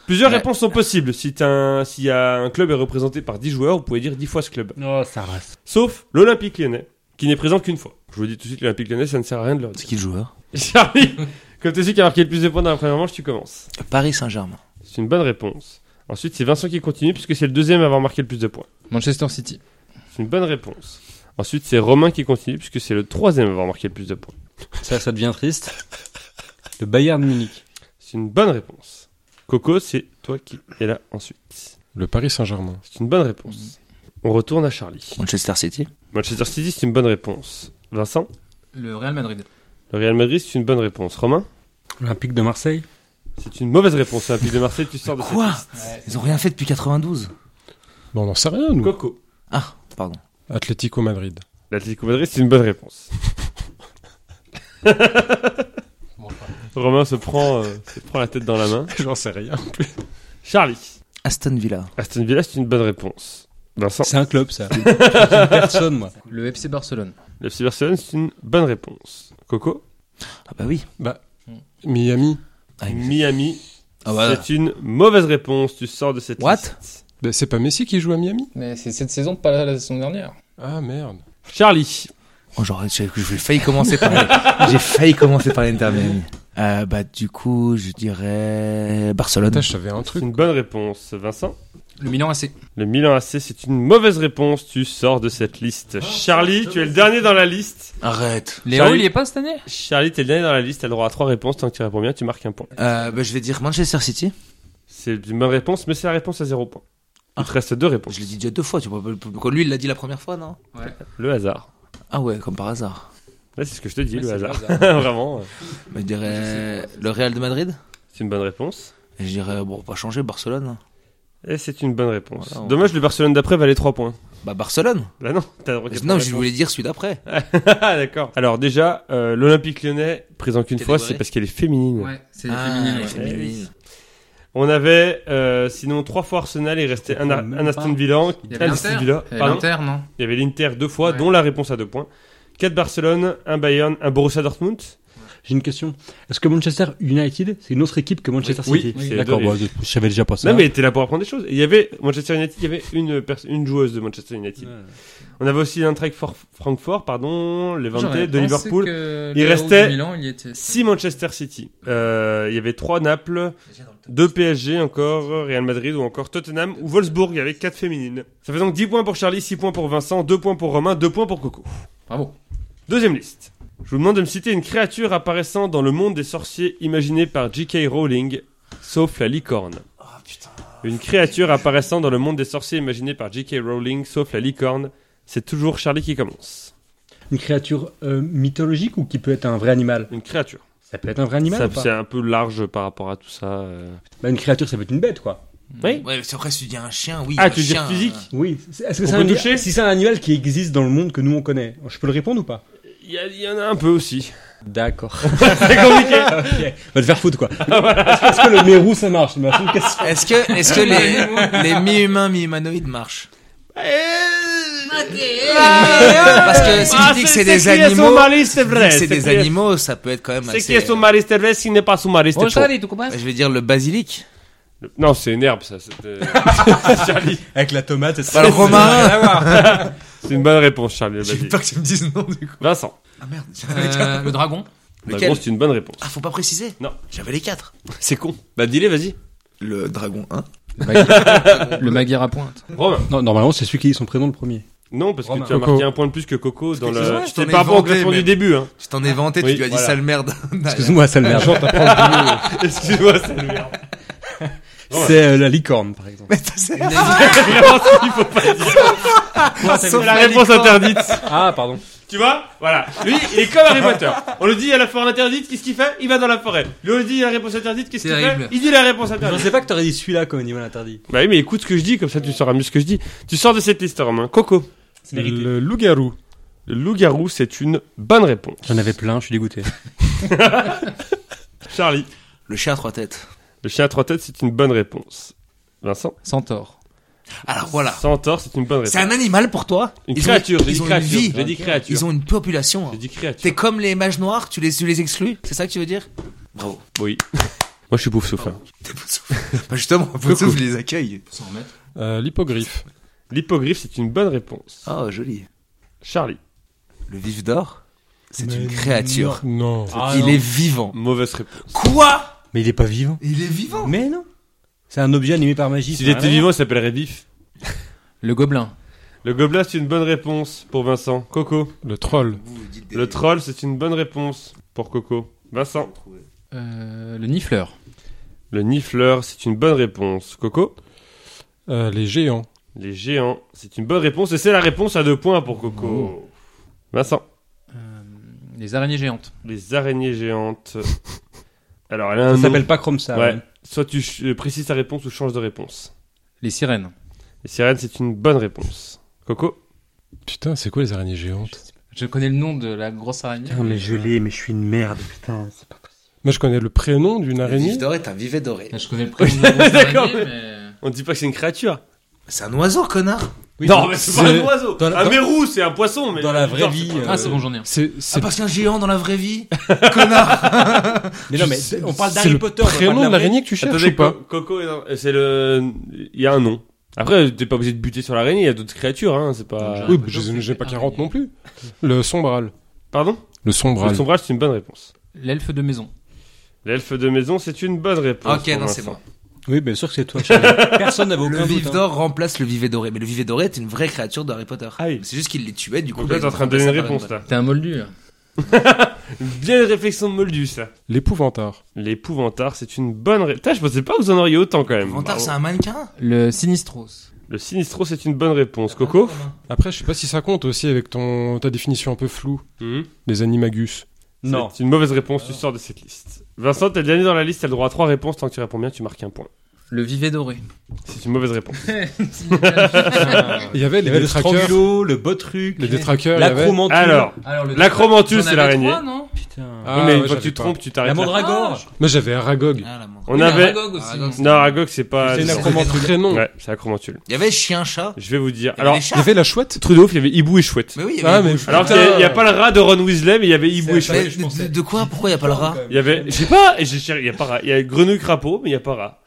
Speaker 1: Plusieurs
Speaker 2: Ouais.
Speaker 1: réponses sont possibles. Si, un, si un un club est représenté par 10 joueurs, vous pouvez dire 10 fois ce club.
Speaker 5: Oh, ça race.
Speaker 1: Sauf l'Olympique lyonnais, qui n'est présent qu'une fois. Je vous dis tout de suite, l'Olympique lyonnais, ça ne sert à rien de leur
Speaker 2: C'est
Speaker 1: dire.
Speaker 2: qui le joueur
Speaker 1: Charlie, comme t'es celui qui a marqué le plus de points dans la première manche, tu commences.
Speaker 2: Paris Saint-Germain.
Speaker 1: C'est une bonne réponse. Ensuite, c'est Vincent qui continue, puisque c'est le deuxième à avoir marqué le plus de points.
Speaker 3: Manchester City.
Speaker 1: C'est une bonne réponse. Ensuite, c'est Romain qui continue, puisque c'est le troisième à avoir marqué le plus de points.
Speaker 5: Ça, ça devient triste. Le Bayern Munich.
Speaker 1: C'est une bonne réponse. Coco, c'est toi qui es là ensuite.
Speaker 4: Le Paris Saint-Germain.
Speaker 1: C'est une bonne réponse. On retourne à Charlie.
Speaker 2: Manchester City.
Speaker 1: Manchester City, c'est une bonne réponse. Vincent
Speaker 3: Le Real Madrid.
Speaker 1: Le Real Madrid, c'est une bonne réponse. Romain
Speaker 5: Olympique de Marseille.
Speaker 1: C'est une mauvaise réponse. Olympique de Marseille, tu sors de cette
Speaker 2: Quoi
Speaker 1: liste.
Speaker 2: Ils ont rien fait depuis 92.
Speaker 4: Bon, on n'en sait rien, nous.
Speaker 1: Coco.
Speaker 2: Ah, pardon.
Speaker 4: Atlético Madrid.
Speaker 1: L'Atlético Madrid, c'est une bonne réponse. Romain se prend, euh, se prend la tête dans la main.
Speaker 4: J'en sais rien.
Speaker 1: Charlie.
Speaker 2: Aston Villa.
Speaker 1: Aston Villa, c'est une bonne réponse. Vincent.
Speaker 5: C'est un club, ça. Je suis une personne, moi.
Speaker 3: Le FC Barcelone.
Speaker 1: Le FC Barcelone, c'est une bonne réponse. Coco.
Speaker 2: Ah bah oui.
Speaker 4: Bah, Miami.
Speaker 2: Ah, oui.
Speaker 1: Miami,
Speaker 2: Ah bah.
Speaker 1: c'est une mauvaise réponse. Tu sors de cette
Speaker 2: What
Speaker 1: liste.
Speaker 4: Bah, c'est pas Messi qui joue à Miami
Speaker 3: Mais c'est cette saison, pas la saison dernière.
Speaker 4: Ah, merde.
Speaker 1: Charlie.
Speaker 2: Oh, genre, j'ai j'ai failli commencer par les- *laughs* J'ai failli commencer par l'interview. Euh, bah, du coup, je dirais Barcelone.
Speaker 4: Putain, je savais un
Speaker 1: C'est
Speaker 4: truc.
Speaker 1: une bonne réponse. Vincent.
Speaker 3: Le Milan AC.
Speaker 1: Le Milan AC, c'est une mauvaise réponse. Tu sors de cette liste. Charlie, tu es le dernier dans la liste.
Speaker 2: Arrête.
Speaker 3: Léo,
Speaker 1: Charlie.
Speaker 3: il y est pas cette année
Speaker 1: Charlie, t'es le dernier dans la liste. T'as le droit à trois réponses. Tant que tu réponds bien, tu marques un point.
Speaker 2: Euh, bah, je vais dire Manchester City.
Speaker 1: C'est une bonne réponse, mais c'est la réponse à zéro point. Il te
Speaker 2: Ah.
Speaker 1: reste deux réponses.
Speaker 2: Je l'ai dit déjà deux fois. Tu vois, quand lui, il l'a dit la première fois, non
Speaker 1: Le hasard.
Speaker 2: Ah ouais, comme par hasard.
Speaker 1: Là, c'est ce que je te dis,
Speaker 3: Ouais,
Speaker 1: le
Speaker 3: c'est
Speaker 1: hasard.
Speaker 3: le
Speaker 1: *laughs*
Speaker 3: hasard.
Speaker 1: Vraiment. euh,
Speaker 2: Bah, je dirais le Real de Madrid.
Speaker 1: C'est une bonne réponse.
Speaker 2: Et je dirais, bon, pas changer, Barcelone.
Speaker 1: Et c'est une bonne réponse.
Speaker 2: Voilà, on-
Speaker 1: Dommage, le Barcelone d'après valait trois points.
Speaker 2: Bah, Barcelone.
Speaker 1: Là, non. T'as le droit qu'à
Speaker 2: Non,
Speaker 1: trois
Speaker 2: je voulais dire celui d'après.
Speaker 1: réponses. Ah, d'accord. Alors, déjà, euh, l'Olympique lyonnais, présent qu'une fois,
Speaker 2: Catégorie.
Speaker 1: c'est parce qu'elle est féminine.
Speaker 3: Ouais, c'est
Speaker 2: Ah,
Speaker 3: féminin.
Speaker 2: les féminines.
Speaker 1: On avait, euh, sinon, trois fois Arsenal. Il restait un, Ar-
Speaker 5: Même
Speaker 1: un Aston
Speaker 5: pas.
Speaker 1: Villa.
Speaker 3: Il y
Speaker 1: un
Speaker 3: avait
Speaker 1: Aston Villa.
Speaker 3: Et
Speaker 1: Pardon.
Speaker 3: l'Inter, non
Speaker 1: Il y avait l'Inter deux fois,
Speaker 3: Ouais.
Speaker 1: dont la réponse à deux points. 4 Barcelone, un Bayern, un Borussia Dortmund.
Speaker 5: J'ai une question. Est-ce que Manchester United, c'est une autre équipe que Manchester
Speaker 1: Oui,
Speaker 5: City
Speaker 1: oui, c'est
Speaker 5: D'accord,
Speaker 1: les deux.
Speaker 5: bah, je je savais déjà pas ça.
Speaker 1: Non mais t'es là pour apprendre des choses. Et Il y avait Manchester United, il y avait une, pers- une joueuse de Manchester United. On avait aussi l'Eintracht for- Francfort, pardon,
Speaker 3: J'aurais
Speaker 1: Levante de
Speaker 3: pensé
Speaker 1: Liverpool.
Speaker 3: que
Speaker 1: Il
Speaker 3: le
Speaker 1: restait
Speaker 3: Raoul du Milan, il y était.
Speaker 1: 6 Manchester City. Euh, il y avait 3 Naples, 2 PSG encore, Real Madrid ou encore Tottenham ou Wolfsburg avec 4 féminines. Ça fait donc 10 points pour Charlie, 6 points pour Vincent, 2 points pour Romain, 2 points pour Coco.
Speaker 3: Bravo.
Speaker 1: Deuxième liste. Je vous demande de me citer une créature apparaissant dans le monde des sorciers imaginé par J.K. Rowling, sauf la licorne. Une créature apparaissant dans le monde des sorciers imaginé par J.K. Rowling, sauf la licorne. C'est toujours Charlie qui commence.
Speaker 5: Une créature euh, mythologique ou qui peut être un vrai animal
Speaker 1: Une créature.
Speaker 5: Ça peut être un vrai animal
Speaker 1: Ça-
Speaker 5: ou pas
Speaker 1: C'est un peu large par rapport à tout ça. euh.
Speaker 5: Bah, Une créature, ça peut être une bête, quoi.
Speaker 1: Oui
Speaker 2: Ouais, c'est vrai, si tu dis un chien, oui.
Speaker 1: Ah,
Speaker 2: un
Speaker 1: tu veux dire
Speaker 2: chien,
Speaker 1: physique
Speaker 2: euh,
Speaker 5: Oui. C'est- Est-ce que
Speaker 1: On
Speaker 5: c'est
Speaker 1: peut
Speaker 5: un ani-
Speaker 1: toucher
Speaker 5: Si c'est un animal qui existe dans le monde que nous on connaît, je peux le répondre ou pas
Speaker 1: Il y, a- il y en a un peu *laughs* aussi.
Speaker 5: *laughs* D'accord.
Speaker 1: C'est compliqué
Speaker 5: Va te faire
Speaker 1: *laughs*
Speaker 5: foutre, quoi. Est-ce que le mérou ça marche Mais attends, qu'est-ce-
Speaker 2: Est-ce que, est-ce que
Speaker 1: Ah,
Speaker 2: les, les mi-humains, mi-humanoïdes marchent
Speaker 1: Eh, Ah,
Speaker 2: Parce que si tu dis que c'est des animaux,
Speaker 1: eh, c'est
Speaker 2: si tu dis
Speaker 1: vrai.
Speaker 2: que c'est des animaux, ben ça peut être quand même
Speaker 1: C'est
Speaker 2: assez.
Speaker 1: qui est son mari, c'est vrai, s'il n'est pas son mari, c'est faux.
Speaker 3: tu comprends
Speaker 2: Je vais dire
Speaker 1: *laughs*
Speaker 2: le basilic.
Speaker 1: Non, c'est une herbe, ça. c'est, euh, *laughs* Charlie.
Speaker 5: Avec la tomate, et
Speaker 2: Bah, le romarin.
Speaker 1: C'est une bonne réponse, Charlie. vas-y.
Speaker 2: que tu me dises non du coup.
Speaker 1: Vincent.
Speaker 2: Ah merde.
Speaker 3: *laughs* Euh, Le dragon.
Speaker 1: Bah,
Speaker 2: Lequel
Speaker 1: gros, c'est une bonne réponse.
Speaker 2: Ah, faut pas préciser
Speaker 1: Non.
Speaker 2: J'avais les quatre.
Speaker 1: C'est con. Bah, dis-les, vas-y.
Speaker 2: Le dragon 1.
Speaker 3: Le Maguire- Le Maguire à pointe.
Speaker 1: Romain.
Speaker 5: Non, normalement, c'est celui qui dit son prénom le premier.
Speaker 1: Non, parce que
Speaker 5: Romain.
Speaker 1: tu as
Speaker 4: Coco.
Speaker 1: marqué un point de plus que Coco dans
Speaker 2: que c'est
Speaker 1: la.
Speaker 2: vrai,
Speaker 1: Je
Speaker 2: je t'en
Speaker 1: t'ai
Speaker 2: ai
Speaker 1: pas encore
Speaker 2: vanté,
Speaker 1: répondu
Speaker 2: mais-
Speaker 1: du début,
Speaker 2: *laughs*
Speaker 1: hein.
Speaker 2: Je t'en ai vanté,
Speaker 1: Oui,
Speaker 2: tu lui as dit
Speaker 1: voilà.
Speaker 2: sale merde.
Speaker 5: Excuse-moi, ça *laughs* le
Speaker 1: Excuse-moi, ça le merde.
Speaker 5: C'est euh, la licorne, par exemple.
Speaker 1: C'est la réponse interdite.
Speaker 5: Ah, pardon.
Speaker 1: Tu vois Voilà. Lui, il est comme Harry Potter. On le dit à la forêt interdite, qu'est-ce qu'il fait Il va dans la forêt. Lui, on le dit à la réponse interdite, qu'est-ce qu'il fait
Speaker 3: Terrible.
Speaker 1: Il dit la réponse
Speaker 5: Je
Speaker 1: interdite.
Speaker 5: pensais pas que t'aurais dit celui-là comme animal interdit.
Speaker 1: Bah oui, mais écoute ce que je dis, comme ça tu sauras mieux ce que je dis. Tu sors de cette liste, Romain. Coco.
Speaker 5: C'est mérité.
Speaker 1: Le loup-garou. Le loup-garou, c'est une bonne réponse.
Speaker 5: J'en avais plein, je suis dégoûté.
Speaker 1: Charlie.
Speaker 2: *laughs* Le chien à trois têtes.
Speaker 1: Le chien à trois têtes, c'est une bonne réponse. Vincent.
Speaker 3: Centaure.
Speaker 2: Alors voilà.
Speaker 1: Centaure, c'est une bonne réponse.
Speaker 2: C'est un animal pour toi
Speaker 1: Une
Speaker 2: Ils ont-
Speaker 1: créature, j'ai
Speaker 2: ils
Speaker 1: dit
Speaker 2: ont une
Speaker 1: créature.
Speaker 2: vie.
Speaker 1: J'ai dit créature.
Speaker 2: Ils ont une population. hein.
Speaker 1: J'ai dit créature.
Speaker 2: T'es comme les mages noirs, tu les, tu les exclus C'est ça que tu veux dire Bravo.
Speaker 1: Oui. Moi, je suis pauvre
Speaker 2: Ah
Speaker 1: souffle.
Speaker 2: Bah justement, Poutsouf les accueille.
Speaker 4: Euh, L'hippogriffe.
Speaker 1: L'hippogriffe, c'est une bonne réponse.
Speaker 2: Oh, joli.
Speaker 1: Charlie.
Speaker 2: Le vif d'or, c'est
Speaker 4: Mais
Speaker 2: une créature.
Speaker 4: Non.
Speaker 5: Ah,
Speaker 2: Il
Speaker 5: non.
Speaker 2: est vivant.
Speaker 1: Mauvaise réponse.
Speaker 2: Quoi
Speaker 5: Mais il est pas vivant.
Speaker 2: Il est vivant
Speaker 5: Mais non. C'est un objet animé par magie.
Speaker 1: S'il
Speaker 2: Ah.
Speaker 1: était vivant, il s'appellerait Biff.
Speaker 3: Le Gobelin.
Speaker 1: Le gobelin, c'est une bonne réponse pour Vincent. Coco.
Speaker 4: Le troll.
Speaker 1: Le troll, c'est une bonne réponse pour Coco. Vincent.
Speaker 3: Euh, le Nifleur.
Speaker 1: Le nifleur, c'est une bonne réponse. Coco.
Speaker 4: Euh, les géants.
Speaker 1: Les géants, c'est une bonne réponse. Et c'est la réponse à deux points pour Coco. Vincent.
Speaker 3: Euh, les araignées géantes.
Speaker 1: Les araignées *laughs* géantes. Alors, elle a un
Speaker 5: Ça
Speaker 1: nom.
Speaker 5: s'appelle pas comme ça.
Speaker 1: Ouais. Soit tu ch- euh, précises ta réponse ou changes de réponse.
Speaker 3: Les sirènes.
Speaker 1: Les sirènes, c'est une bonne réponse. Coco.
Speaker 4: Putain, c'est quoi les araignées géantes
Speaker 3: Je connais le nom de la grosse araignée.
Speaker 5: l'ai, mais je suis une merde, putain.
Speaker 4: Moi, je connais le prénom d'une
Speaker 2: Le
Speaker 4: araignée.
Speaker 2: vif d'or est un vivet doré.
Speaker 3: Je connais le prénom de *laughs* la grosse
Speaker 1: D'accord,
Speaker 3: araignée, mais... euh,
Speaker 1: On dit pas que c'est une créature.
Speaker 2: C'est un oiseau, connard
Speaker 1: non, mais c'est pas
Speaker 5: c'est-
Speaker 1: un oiseau.
Speaker 5: dans la-
Speaker 1: Un
Speaker 5: dans-
Speaker 1: mérou, c'est un poisson. Mais
Speaker 5: Dans la vraie
Speaker 1: Non,
Speaker 5: vie.
Speaker 1: c'est pas-
Speaker 5: euh,
Speaker 3: Ah, c'est bon, j'en ai un.
Speaker 4: C'est c'est
Speaker 2: Ah, parce qu'un géant dans la vraie vie Connard
Speaker 5: Mais non, mais
Speaker 4: C'est-
Speaker 5: on parle
Speaker 4: c'est
Speaker 5: d'Harry
Speaker 4: le
Speaker 5: Potter. on parle
Speaker 4: prénom de l'araignée que tu
Speaker 1: Attendez,
Speaker 4: cherches ou pas
Speaker 1: Co- Coco, est dans- c'est le. Il y a un nom. Après, t'es pas obligé de buter sur l'araignée, il y a d'autres créatures, hein, c'est pas.
Speaker 3: Donc,
Speaker 4: Oui,
Speaker 3: Potter,
Speaker 4: je
Speaker 3: c'est
Speaker 4: n'ai pas 40
Speaker 3: araignée.
Speaker 4: non plus. Le sombral.
Speaker 1: Pardon
Speaker 4: Le
Speaker 1: Le
Speaker 4: sombral.
Speaker 1: sombrage, c'est une bonne réponse.
Speaker 3: L'elfe de maison.
Speaker 1: L'elfe de maison, c'est une bonne réponse.
Speaker 2: Ok,
Speaker 1: pour
Speaker 2: non, c'est
Speaker 1: Vincent.
Speaker 2: moi.
Speaker 5: Oui, bien sûr que c'est toi. Charlie. *laughs* Personne n'avait
Speaker 2: Le
Speaker 5: aucun doute.
Speaker 2: vif
Speaker 5: hein.
Speaker 2: d'or remplace le vivet doré. Mais le vivet doré est une vraie créature de Harry Potter.
Speaker 1: Ah oui.
Speaker 2: C'est juste qu'il les tuait, du coup. bah,
Speaker 1: Donc là,
Speaker 2: il
Speaker 1: t'es en train de donner une réponse, là.
Speaker 3: T'es un moldu. hein. là.
Speaker 1: Bien une réflexion de Moldu, ça.
Speaker 4: L'épouvantard.
Speaker 1: L'épouvantard, c'est une bonne réponse. Putain, je pensais pas que vous en auriez autant quand même.
Speaker 2: Vantard,
Speaker 1: Bravo.
Speaker 2: c'est un mannequin
Speaker 3: Le sinistros.
Speaker 1: Le sinistro, c'est une bonne réponse. Coco
Speaker 2: Ah,
Speaker 4: Après, je sais pas si ça compte aussi avec ton ta définition un peu floue.
Speaker 2: Euh.
Speaker 1: Mhm.
Speaker 4: Les animagus.
Speaker 5: Non.
Speaker 1: C'est une mauvaise réponse, tu sors de cette liste. Vincent, t'es le dernier dans la liste, t'as le droit à trois réponses. Tant que tu réponds bien, tu marques un point.
Speaker 3: Le vivet *laughs* doré.
Speaker 1: C'est une mauvaise réponse.
Speaker 4: Il y avait
Speaker 5: Il y
Speaker 4: les
Speaker 5: avait le
Speaker 4: détraqueurs.
Speaker 5: strangulo, le botruc,
Speaker 4: Les détraqueurs, il y avait.
Speaker 5: l'acromantule.
Speaker 1: Alors,
Speaker 3: Alors, le-
Speaker 1: L'acromantus,
Speaker 3: J'en
Speaker 1: c'est
Speaker 3: avais
Speaker 1: l'araignée.
Speaker 3: trois, non
Speaker 5: Putain.
Speaker 4: Ah,
Speaker 1: mais une
Speaker 4: ouais,
Speaker 1: fois que
Speaker 4: j'avais
Speaker 1: tu te
Speaker 4: pas.
Speaker 1: trompes, tu
Speaker 5: La
Speaker 1: t'arrêtes. là.
Speaker 5: mandragore.
Speaker 4: Moi, j'avais Aragog.
Speaker 2: Ah, la mort.
Speaker 1: On
Speaker 3: Oui,
Speaker 1: avait.
Speaker 3: l'Aragog aussi.
Speaker 2: Aragog,
Speaker 1: Ah, Non, Aragog, c'est pas.
Speaker 4: C'est
Speaker 2: c'est-
Speaker 4: un prénom.
Speaker 1: Ouais, c'est Acromantule.
Speaker 2: Il y avait chien-chat.
Speaker 1: Je vais vous dire.
Speaker 2: Il y avait
Speaker 1: Alors,
Speaker 2: les chats.
Speaker 4: Il y avait la chouette.
Speaker 1: truc de ouf, il y avait Hibou et Chouette.
Speaker 2: Mais oui, il y
Speaker 4: Ah,
Speaker 2: avait.
Speaker 4: mais-
Speaker 1: Alors qu'il y a- il y a pas le rat de Ron Weasley, mais il y avait Hibou et
Speaker 5: C'est-
Speaker 1: Chouette.
Speaker 2: Mais
Speaker 5: je
Speaker 2: de-
Speaker 5: pensais.
Speaker 2: de, de quoi Pourquoi il n'y a pas le
Speaker 3: Euh,
Speaker 2: rat
Speaker 1: Il y avait. Je sais pas, et j'ai cherché- il y a pas rat. Il y a grenouille crapaud, mais il y a pas rat.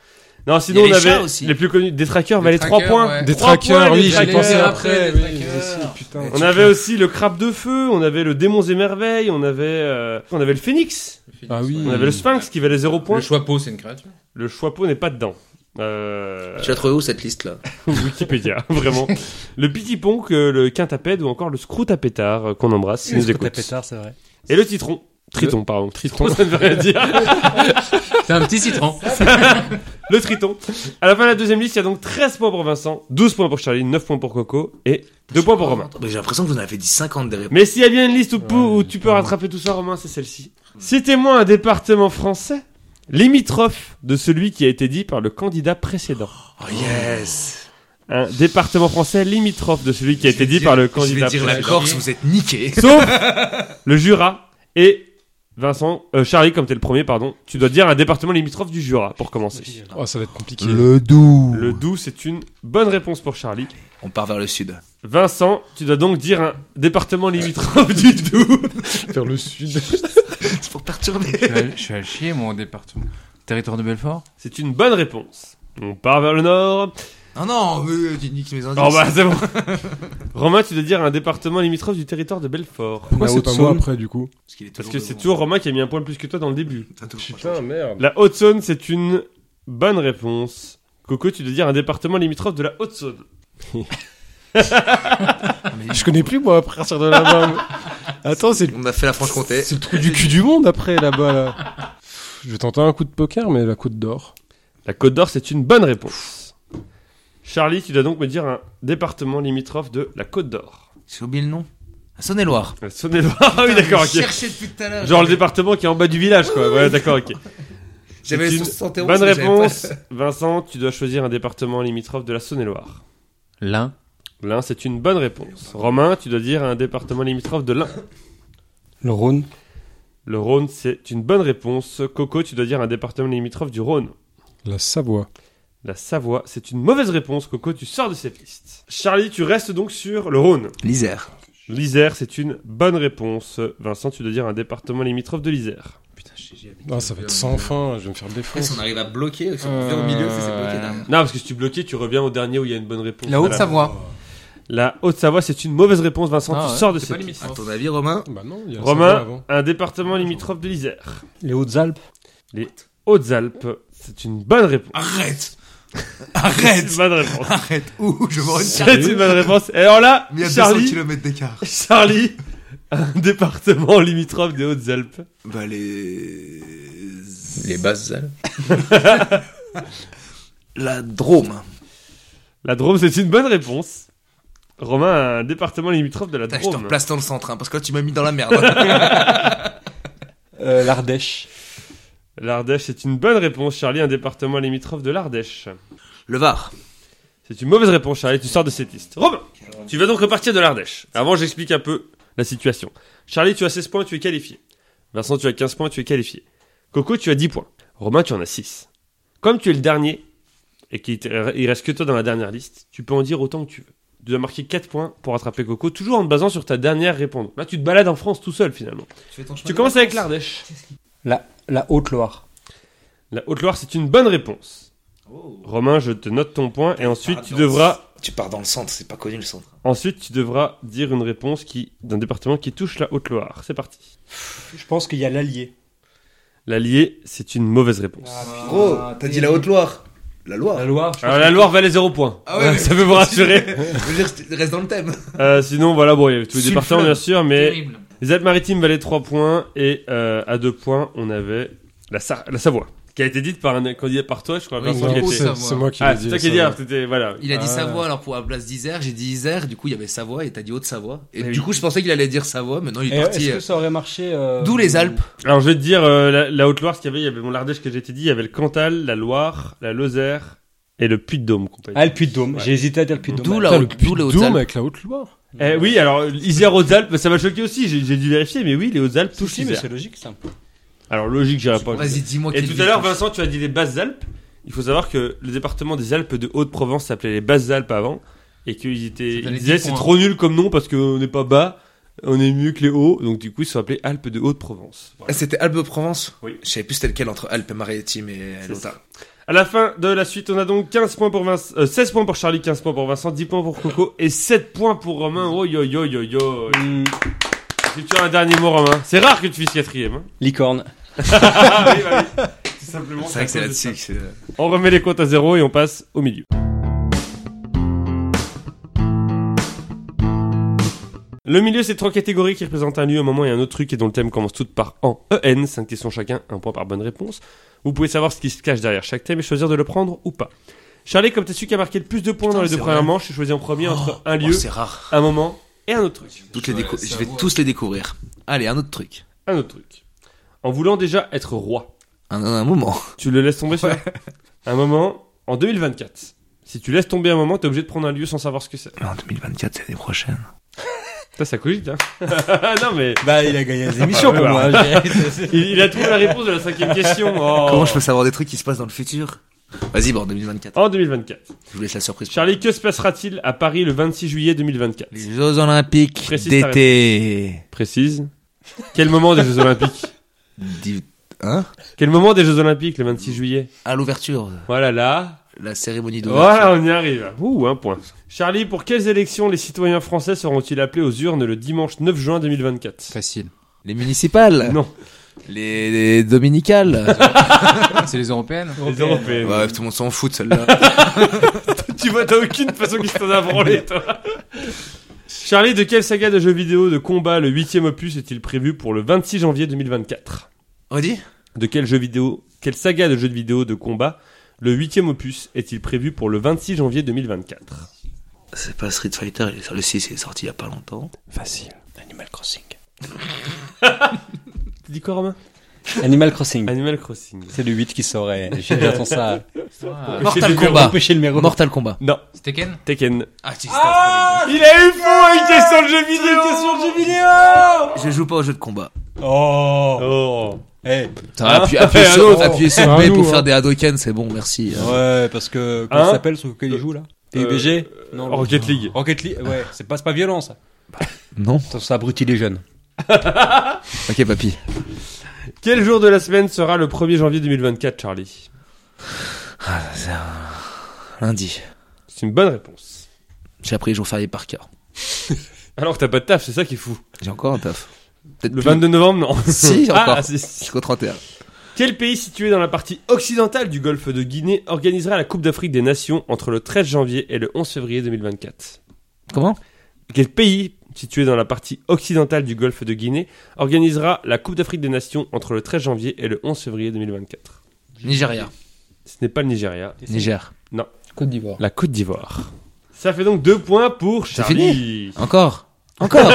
Speaker 1: Non, sinon
Speaker 2: Il y
Speaker 1: on
Speaker 2: a les
Speaker 1: avait
Speaker 2: chats aussi.
Speaker 1: les plus connus, des traqueurs,
Speaker 3: Des
Speaker 1: valait 3
Speaker 3: traqueurs,
Speaker 1: points.
Speaker 3: ouais.
Speaker 4: Des
Speaker 1: Trois
Speaker 4: traqueurs,
Speaker 1: points, les
Speaker 4: oui, j'y ai
Speaker 1: traqueurs.
Speaker 4: pensé
Speaker 3: Après,
Speaker 4: après.
Speaker 3: les
Speaker 4: oui,
Speaker 3: traqueurs.
Speaker 4: aussi, putain.
Speaker 1: On avait aussi le crabe de feu, on avait le démon et merveilles, on avait euh, on avait le phénix,
Speaker 4: Ah oui.
Speaker 1: on avait le
Speaker 2: Hmm.
Speaker 1: sphinx qui valait 0 points.
Speaker 3: Le choixpeau, c'est une créature.
Speaker 1: Le choixpeau n'est pas dedans.
Speaker 2: *laughs*
Speaker 1: Euh,
Speaker 2: Tu as trouvé où cette liste-là
Speaker 1: Wikipédia, *laughs* vraiment. Le pitipon, que le quintapède ou encore le scroutapétard euh, qu'on embrasse, si nous écoute.
Speaker 5: c'est vrai.
Speaker 1: Et le titron. Triton, pardon. Triton, ça ne veut rien dire.
Speaker 3: *laughs* C'est un petit citron.
Speaker 1: *laughs* Le triton. À la fin de la deuxième liste, il y a donc 13 points pour Vincent, 12 points pour Charlie, 9 points pour Coco et 2 points pour Romain.
Speaker 2: Mais J'ai l'impression que vous en avez dit 50 des réponses.
Speaker 1: Mais s'il y a bien une liste où, où tu peux rattraper tout ça, Romain, c'est celle-ci. Citez-moi un département français limitrophe de celui qui a été dit par le candidat précédent.
Speaker 2: Oh yes
Speaker 1: Un département français limitrophe de celui qui a
Speaker 2: Je vais
Speaker 1: été dit
Speaker 2: dire-
Speaker 1: par le
Speaker 2: Je
Speaker 1: candidat
Speaker 2: vais dire la
Speaker 1: précédent.
Speaker 2: Corse, vous êtes niqués.
Speaker 1: Sauf
Speaker 2: *laughs*
Speaker 1: le Jura et Vincent, euh, Charlie, comme t'es le premier, pardon, tu dois dire un département limitrophe du Jura pour commencer.
Speaker 4: Oh, ça va être compliqué.
Speaker 2: doux.
Speaker 1: Le Doubs, c'est une bonne réponse pour Charlie.
Speaker 2: On part vers le sud.
Speaker 1: Vincent, tu dois donc dire un département limitrophe du *laughs* Doubs.
Speaker 4: Vers le sud.
Speaker 2: *laughs* C'est pour perturber.
Speaker 3: Je suis allé- je suis à chier, moi, au département. Territoire de Belfort
Speaker 1: C'est une bonne réponse. On part vers le nord.
Speaker 2: Non, non, euh, tu niques mes indices.
Speaker 1: Oh bah c'est bon. *laughs* Romain, tu dois dire un département limitrophe du territoire de Belfort.
Speaker 4: Pourquoi c'est pas moi
Speaker 5: Haute-Saône.
Speaker 4: après, du coup
Speaker 2: Parce qu'il est
Speaker 1: Parce
Speaker 2: toujours
Speaker 1: que c'est
Speaker 2: devant.
Speaker 1: toujours Romain qui a mis un point de plus que toi dans le début.
Speaker 2: T'as toujours-
Speaker 4: merde.
Speaker 1: La Haute-Saône, c'est une bonne réponse. Coco, tu dois dire un département limitrophe de la Haute-Saône.
Speaker 4: Je connais plus, moi, à partir de là-bas. *laughs* Attends, c'est le,
Speaker 6: On a fait la Franche-Comté.
Speaker 4: c'est le trou du cul du monde après, là-bas, là. Pff, Je vais tenter un coup de poker, mais la côte d'or.
Speaker 1: La Côte d'Or, c'est une bonne réponse. Charlie, tu dois donc me dire un département limitrophe de la Côte d'Or.
Speaker 2: J'ai oublié le nom. À Saône-et-Loire.
Speaker 1: La Saône-et-Loire. *laughs* Ah oui, d'accord,
Speaker 6: Je
Speaker 1: ok.
Speaker 6: cherchais depuis tout à l'heure.
Speaker 1: Genre le département qui est en bas du village, quoi. Ouais, d'accord, ok.
Speaker 6: *laughs* J'avais
Speaker 1: c'est
Speaker 6: le
Speaker 1: une
Speaker 6: 71.
Speaker 1: Bonne
Speaker 6: mais j'avais
Speaker 1: réponse.
Speaker 6: *laughs* pas-
Speaker 1: Vincent, tu dois choisir un département limitrophe de la Saône-et-Loire.
Speaker 3: L'un.
Speaker 1: L'Ain, c'est une bonne réponse. Romain, tu dois dire un département limitrophe de l'Ain.
Speaker 4: Le Rhône.
Speaker 1: Le Rhône, c'est une bonne réponse. Coco, tu dois dire un département limitrophe du Rhône.
Speaker 4: La Savoie.
Speaker 1: La Savoie, c'est une mauvaise réponse. Coco, tu sors de cette liste. Charlie, tu restes donc sur le Rhône.
Speaker 2: L'Isère.
Speaker 1: L'Isère, c'est une bonne réponse. Vincent, tu dois dire un département limitrophe de l'Isère.
Speaker 6: Putain, j'ai- j'ai-
Speaker 4: Ah, ça va être sans fin, je vais me faire
Speaker 6: Après, si on
Speaker 4: défoncer.
Speaker 6: arrive à bloquer, si on revient au milieu, ça, c'est bloqué
Speaker 2: Euh,
Speaker 6: derrière.
Speaker 1: Non, parce que si tu bloquais, tu reviens au dernier où il y a une bonne réponse.
Speaker 3: La
Speaker 1: Voilà.
Speaker 3: Haute-Savoie.
Speaker 1: La Haute-Savoie, c'est une mauvaise réponse. Vincent,
Speaker 3: Ah
Speaker 1: tu
Speaker 3: ouais,
Speaker 1: sors de
Speaker 3: c'est pas
Speaker 1: cette liste.
Speaker 6: À
Speaker 3: limitrophe.
Speaker 6: ton avis, Romain
Speaker 4: Bah non, il y a la Savoie
Speaker 1: Romain,
Speaker 4: avant.
Speaker 1: un département limitrophe de l'Isère.
Speaker 5: Les Hautes-Alpes.
Speaker 1: Les Hautes-Alpes, c'est une bonne réponse.
Speaker 2: Arrête *laughs*
Speaker 1: C'est
Speaker 2: Arrête
Speaker 1: une bonne
Speaker 2: *laughs*
Speaker 1: réponse.
Speaker 2: Arrête Ouh, je vais voir une
Speaker 1: C'est
Speaker 2: carte.
Speaker 1: une bonne réponse. Et alors là,
Speaker 2: Mais il y a 200
Speaker 1: Charlie,
Speaker 2: km d'écart.
Speaker 1: Charlie, un département limitrophe des Hautes-Alpes.
Speaker 2: Bah, les.
Speaker 6: Les bases. hein.
Speaker 2: *laughs* La Drôme.
Speaker 1: La Drôme, c'est une bonne réponse. Romain, un département limitrophe de la
Speaker 2: Putain, je te
Speaker 1: Drôme.
Speaker 2: replace dans le centre, hein, parce que là, tu m'as mis dans la merde. *laughs*
Speaker 5: Euh, L'Ardèche.
Speaker 1: L'Ardèche, c'est une bonne réponse. Charlie, un département limitrophe de l'Ardèche.
Speaker 2: le Var.
Speaker 1: C'est une mauvaise réponse, Charlie. Tu sors de cette liste. Romain, tu vas donc repartir de l'Ardèche. Avant, j'explique un peu la situation. Charlie, tu as 16 points, tu es qualifié. Vincent, tu as 15 points, tu es qualifié. Coco, tu as 10 points. Romain, tu en as 6. Comme tu es le dernier, et qu'il te- il reste que toi dans la dernière liste, tu peux en dire autant que tu veux. Tu dois marquer 4 points pour rattraper Coco, toujours en te basant sur ta dernière réponse. Là, tu te balades en France tout seul, finalement.
Speaker 6: Tu fais ton chemin
Speaker 1: Tu
Speaker 6: de
Speaker 1: commences avec
Speaker 6: vacances.
Speaker 1: l'Ardèche.
Speaker 5: La, la Haute-Loire.
Speaker 1: La Haute-Loire, c'est une bonne réponse.
Speaker 6: Oh. Ah,
Speaker 1: Romain, je te note ton point, et ensuite, tu
Speaker 6: Pardon.
Speaker 1: devras
Speaker 6: Tu pars dans le centre, c'est pas connu le centre.
Speaker 1: Ensuite, tu devras dire une réponse qui d'un département qui touche la Haute-Loire. C'est parti.
Speaker 5: Je pense qu'il y a l'Allier.
Speaker 1: L'Allier, c'est une mauvaise réponse.
Speaker 5: Ah,
Speaker 6: Gros, t'as dit la Haute-Loire. La
Speaker 5: La
Speaker 6: Loire.
Speaker 5: Loire.
Speaker 1: Alors, la Loire valait 0 points.
Speaker 2: Ah ouais, ouais.
Speaker 1: Ça peut vous rassurer.
Speaker 2: Je veux dire, c'était- reste dans le thème.
Speaker 1: Euh, sinon, voilà, bon, il y avait tous les
Speaker 2: Sous le
Speaker 1: départements,
Speaker 2: fleuve.
Speaker 1: bien sûr, mais
Speaker 3: Terrible.
Speaker 1: les Alpes-Maritimes valaient 3 points et euh, à 2 points, on avait la, Sa- la Savoie, qui a été dite par un candidat par toi, je crois.
Speaker 3: Oui,
Speaker 1: Vincent,
Speaker 3: c'est
Speaker 1: qui
Speaker 3: beau,
Speaker 1: était-
Speaker 3: ça.
Speaker 4: c'est c'est moi qui
Speaker 1: Ah,
Speaker 4: l'ai
Speaker 1: c'est
Speaker 4: dit.
Speaker 1: toi qui as dit, alors, c'était- voilà.
Speaker 2: Il a dit
Speaker 4: Ah.
Speaker 2: Savoie, alors pour la place d'Isère, j'ai dit Isère, du coup il y avait Savoie et t'as dit Haute-Savoie. Et
Speaker 1: Mais
Speaker 2: du
Speaker 1: oui. Eh
Speaker 2: coup je pensais qu'il allait dire Savoie, mais non il
Speaker 5: Et
Speaker 2: est parti.
Speaker 5: Est-ce que
Speaker 2: euh,
Speaker 5: ça aurait marché euh,
Speaker 2: D'où les Alpes.
Speaker 1: Alors, je vais te dire euh, la, la Haute-Loire, ce qu'il y avait, il y avait mon l'Ardèche que j'ai été dit, il y avait le Cantal, la Loire, la Lozère et le Puy-de-Dôme, compagnie.
Speaker 5: Ah, le Puy-de-Dôme. J'ai hésité à dire le Puy-de-Dôme.
Speaker 2: D'où la
Speaker 4: Putain, le
Speaker 2: haute, d'où les
Speaker 4: Puy-de-Dôme
Speaker 2: Hautes-Alpes.
Speaker 4: avec la Haute-Loire.
Speaker 1: Eh oui, alors Isère aux Alpes, ça m'a choqué aussi, j'ai j'ai dû vérifier, mais oui, les Hautes Alpes touchent
Speaker 5: Si, mais
Speaker 1: l'Isère.
Speaker 5: c'est logique, ça.
Speaker 1: Alors logique, j'irai pas.
Speaker 2: Vas-y dis-moi.
Speaker 1: Et
Speaker 2: quelle
Speaker 1: tout à
Speaker 2: ville
Speaker 1: l'heure,
Speaker 2: touche.
Speaker 1: Vincent, tu as dit les Basses Alpes. Il faut savoir que le département des Alpes de Haute-Provence s'appelait les Basses Alpes avant, et qu'ils étaient,
Speaker 3: Ça donnait
Speaker 1: ils disaient
Speaker 3: 10
Speaker 1: c'est
Speaker 3: points.
Speaker 1: trop nul comme nom parce qu'on n'est pas bas, on est mieux que les hauts, donc du coup ils sont appelés Alpes de Haute-Provence. Voilà.
Speaker 2: Ah, C'était Alpes-Provence
Speaker 1: Oui.
Speaker 2: Je savais plus c'était lequel entre Alpes-Maritimes et
Speaker 1: C'est
Speaker 2: l'Otar.
Speaker 1: À la fin de la suite, on a donc 15 points pour Vince- euh, 16 points pour Charlie, 15 points pour Vincent, 10 points pour Coco et 7 points pour Romain. Oh yo yo yo yo. Est-ce que tu as un dernier mot, Romain C'est rare que tu fisses quatrième. hein.
Speaker 5: Licorne.
Speaker 1: Ah oui,
Speaker 2: *laughs*
Speaker 1: bah oui. Tout simplement,
Speaker 2: C'est vrai que c'est
Speaker 1: à cause de
Speaker 2: là-dessus.
Speaker 1: ça.
Speaker 2: que c'est- euh,
Speaker 1: On remet les comptes à zéro et on passe au milieu. Le milieu, c'est trois catégories qui représentent un lieu, un moment et un autre truc et dont le thème commence toutes par en EN, 5 questions chacun, un point par bonne réponse. Vous pouvez savoir ce qui se cache derrière chaque thème et choisir de le prendre ou pas. Charlie, comme t'es celui qui a marqué le plus de points dans les
Speaker 2: c'est
Speaker 1: deux premières
Speaker 2: vrai.
Speaker 1: manches, j'ai choisi en premier entre un
Speaker 2: Oh,
Speaker 1: lieu,
Speaker 2: c'est rare.
Speaker 1: un moment et un autre truc.
Speaker 2: Toutes les
Speaker 3: Ouais,
Speaker 2: décou-
Speaker 3: c'est
Speaker 2: Je
Speaker 3: à
Speaker 2: vais
Speaker 3: voir.
Speaker 2: tous les découvrir. Allez un autre truc.
Speaker 1: Un autre truc. En voulant déjà être roi,
Speaker 2: Un, un moment.
Speaker 1: Tu le laisses tomber sur un moment en 2024. Si tu laisses tomber un moment, t'es obligé de prendre un lieu sans savoir ce que c'est.
Speaker 2: En 2024 c'est l'année prochaine.
Speaker 1: Ça, ça cogite, hein. *laughs* non, mais
Speaker 5: Bah, il a gagné les
Speaker 1: émissions,
Speaker 5: émissions
Speaker 1: pour
Speaker 5: pour *laughs* moi.
Speaker 1: il, il a trouvé la réponse de la cinquième question. Oh.
Speaker 2: Comment je peux savoir des trucs qui se passent dans le futur Vas-y bon en 2024.
Speaker 1: En 2024.
Speaker 2: Je vous laisse la surprise.
Speaker 1: Charlie, que se passera-t-il à Paris le 26 juillet 2024
Speaker 2: Les Jeux Olympiques
Speaker 1: Précise ta
Speaker 2: d'été.
Speaker 1: Précise. Quel moment des Jeux Olympiques
Speaker 2: Du- Hein
Speaker 1: Quel moment des Jeux Olympiques le 26 juillet
Speaker 2: À l'ouverture.
Speaker 1: Voilà, là.
Speaker 2: La cérémonie d'ouverture.
Speaker 1: Voilà, on y arrive. Ouh, un point. Charlie, pour quelles élections les citoyens français seront-ils appelés aux urnes le dimanche 9 juin 2024
Speaker 3: Facile.
Speaker 2: Les municipales.
Speaker 1: Non.
Speaker 2: les, les dominicales.
Speaker 1: *laughs*
Speaker 3: *laughs* C'est les européennes.
Speaker 1: Les Européens.
Speaker 2: ouais, tout le monde s'en fout de celle-là.
Speaker 1: tu vois, t'as aucune façon qui se t'en a branlé, toi. Charlie, de quelle saga de jeux vidéo de combat le huitième opus est-il prévu pour le 26 janvier 2024
Speaker 2: Redis
Speaker 1: De quel jeu vidéo, quelle saga de jeux de vidéo de combat le huitième opus est-il prévu pour le 26 janvier 2024
Speaker 6: C'est pas Street Fighter, il est- le 6 est sorti il y a pas longtemps.
Speaker 5: Facile.
Speaker 6: Animal Crossing.
Speaker 1: Tu dis quoi, Romain
Speaker 5: Animal Crossing.
Speaker 1: Animal Crossing.
Speaker 5: C'est le 8 qui *laughs* saurait. J'attends ça.
Speaker 3: Ah,
Speaker 2: Mortal
Speaker 1: C'était
Speaker 2: Kombat.
Speaker 5: Empêcher le méro.
Speaker 2: Mortal Kombat.
Speaker 1: Non,
Speaker 3: C'était Ken
Speaker 1: Tekken.
Speaker 2: Ah, si,
Speaker 1: Il a eu faux une question de jeu vidéo
Speaker 5: Question de jeu vidéo
Speaker 2: Je joue pas au jeu de combat.
Speaker 5: Oh
Speaker 1: Oh
Speaker 5: Eh
Speaker 2: Putain,
Speaker 1: Ah,
Speaker 2: appuie-
Speaker 1: ah,
Speaker 2: appuyez
Speaker 1: ah,
Speaker 2: sur,
Speaker 1: non.
Speaker 2: appuyez sur
Speaker 4: Ah,
Speaker 2: B
Speaker 4: nous,
Speaker 2: pour
Speaker 4: hein.
Speaker 2: faire des Hadoken, c'est bon, merci.
Speaker 5: Ouais, parce que. Comment
Speaker 1: Hein
Speaker 5: ça s'appelle ce qu'il joue là TUBG Non. le-
Speaker 1: Rocket League.
Speaker 5: Rocket League, ouais, c'est pas, c'est pas violent ça.
Speaker 2: Non
Speaker 5: Ça, ça abrutit les jeunes.
Speaker 2: Ok, papy.
Speaker 1: Quel jour de la semaine sera le 1er janvier 2024, Charlie
Speaker 2: Lundi.
Speaker 1: C'est une bonne réponse.
Speaker 2: J'ai appris les jours fériés par cœur.
Speaker 1: Alors que t'as pas de taf, c'est ça qui est fou.
Speaker 2: J'ai encore un taf. Peut-être
Speaker 1: Le
Speaker 2: plus.
Speaker 1: 22 novembre, non.
Speaker 2: *laughs* Si,
Speaker 1: Ah,
Speaker 2: encore.
Speaker 1: si, si.
Speaker 2: Jusqu'au 31.
Speaker 1: Quel pays situé dans la partie occidentale du golfe de Guinée organisera la Coupe d'Afrique des Nations entre le 13 janvier et le 11 février 2024
Speaker 2: Comment
Speaker 1: Quel pays situé dans la partie occidentale du golfe de Guinée organisera la Coupe d'Afrique des Nations entre le 13 janvier et le 11 février 2024
Speaker 2: Nigeria.
Speaker 1: Ce n'est pas le Nigeria,
Speaker 2: Niger.
Speaker 3: Côte d'Ivoire.
Speaker 1: la Côte d'Ivoire. Ça fait donc deux points pour
Speaker 2: C'est
Speaker 1: Charlie.
Speaker 2: Encore Encore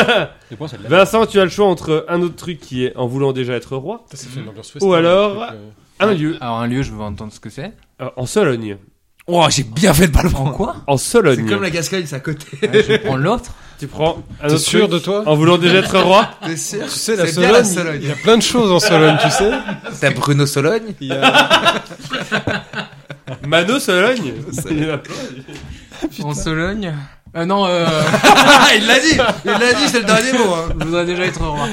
Speaker 5: C'est quoi celle-là
Speaker 1: Vincent, tu as le choix entre un autre truc qui est en voulant déjà être roi,
Speaker 4: Ça fait une ambiance
Speaker 1: Ou alors- un euh, lieu
Speaker 3: Alors un lieu, je veux entendre ce que c'est.
Speaker 1: euh, en Sologne.
Speaker 2: Oh, j'ai bien fait de pas le prendre.
Speaker 3: quoi
Speaker 1: En Sologne.
Speaker 6: Gascogne, c'est à côté.
Speaker 2: *laughs*
Speaker 3: Je prends l'autre.
Speaker 1: Tu prends un
Speaker 4: T'es
Speaker 1: autre
Speaker 4: sûr de
Speaker 1: truc
Speaker 4: toi
Speaker 1: en voulant déjà être roi
Speaker 2: *laughs*
Speaker 6: T'es sûr
Speaker 4: Tu sais, la
Speaker 6: C'est bien la
Speaker 4: Sologne,
Speaker 6: Sologne.
Speaker 4: il y a plein de choses en Sologne, tu sais.
Speaker 1: *laughs*
Speaker 2: T'as Bruno Sologne
Speaker 4: Il y a-
Speaker 1: Mano Sologne Il y en a plein.
Speaker 3: En Sologne. Euh, non, *laughs* euh,
Speaker 2: Ah, il l'a dit Il l'a dit, c'est le dernier mot. hein.
Speaker 3: je voudrais déjà être roi.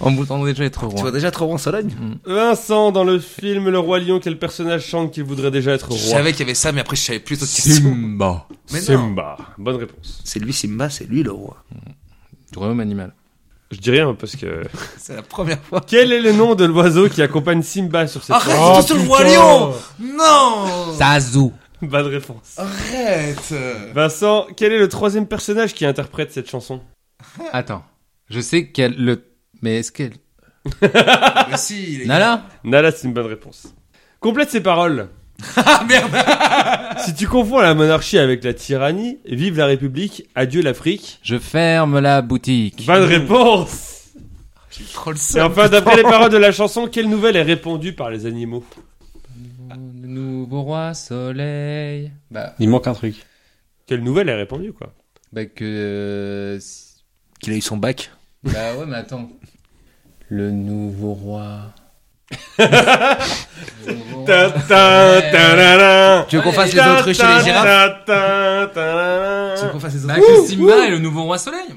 Speaker 3: On voudrait déjà être
Speaker 2: Tu
Speaker 3: roi.
Speaker 2: vois déjà trop loin en Sologne
Speaker 1: *laughs* Vincent, dans le film Le Roi Lion, quel personnage chante qu'il voudrait déjà être
Speaker 2: Je
Speaker 1: roi
Speaker 2: savais qu'il y avait ça, mais après, je savais plus d'autres questions. Mais non.
Speaker 1: Bonne réponse.
Speaker 6: C'est lui Simba, c'est lui le roi.
Speaker 3: Du royaume animal.
Speaker 1: Je dis rien parce que.
Speaker 2: C'est la première fois.
Speaker 1: Quel est le nom de l'oiseau qui accompagne Simba sur cette
Speaker 2: Arrête,
Speaker 1: plage
Speaker 2: surtout sur le roi lion Non Zazou.
Speaker 1: *laughs* Bonne réponse.
Speaker 2: *laughs*
Speaker 6: Arrête
Speaker 1: Vincent, quel est le troisième personnage qui interprète cette chanson
Speaker 3: Attends. Je sais qu'elle le. Mais est-ce qu'elle.
Speaker 6: Mais Bah, si, il est...
Speaker 3: Nala
Speaker 1: Nala, c'est une bonne réponse. Complète ces
Speaker 2: *laughs*
Speaker 1: paroles. Ah merde *laughs* Si tu confonds la monarchie avec la tyrannie, vive la République, adieu l'Afrique.
Speaker 3: Je ferme la boutique.
Speaker 1: Bonne
Speaker 2: Mm.
Speaker 1: réponse
Speaker 2: Trop le
Speaker 1: Et
Speaker 2: seum.
Speaker 1: enfin, d'après les paroles de la chanson, quelle nouvelle est répandue par les animaux
Speaker 3: Le nouveau roi soleil. Bah,
Speaker 5: Il manque un truc.
Speaker 1: Quelle nouvelle est répandue, quoi
Speaker 3: bah que.
Speaker 2: Qu'il a eu son bac.
Speaker 3: Bah ouais, mais attends. Le nouveau roi. Le nouveau
Speaker 1: *laughs* Ta-
Speaker 3: roi.
Speaker 1: ta- ta- la- la.
Speaker 2: Tu veux qu'on fasse les
Speaker 1: Ta-
Speaker 2: autruches et
Speaker 1: ta-
Speaker 2: les
Speaker 1: ta-
Speaker 2: girafes
Speaker 1: ta- ta- la- la.
Speaker 2: Tu veux qu'on fasse les
Speaker 3: Bah,
Speaker 2: autruches
Speaker 3: que Simba est le nouveau roi soleil.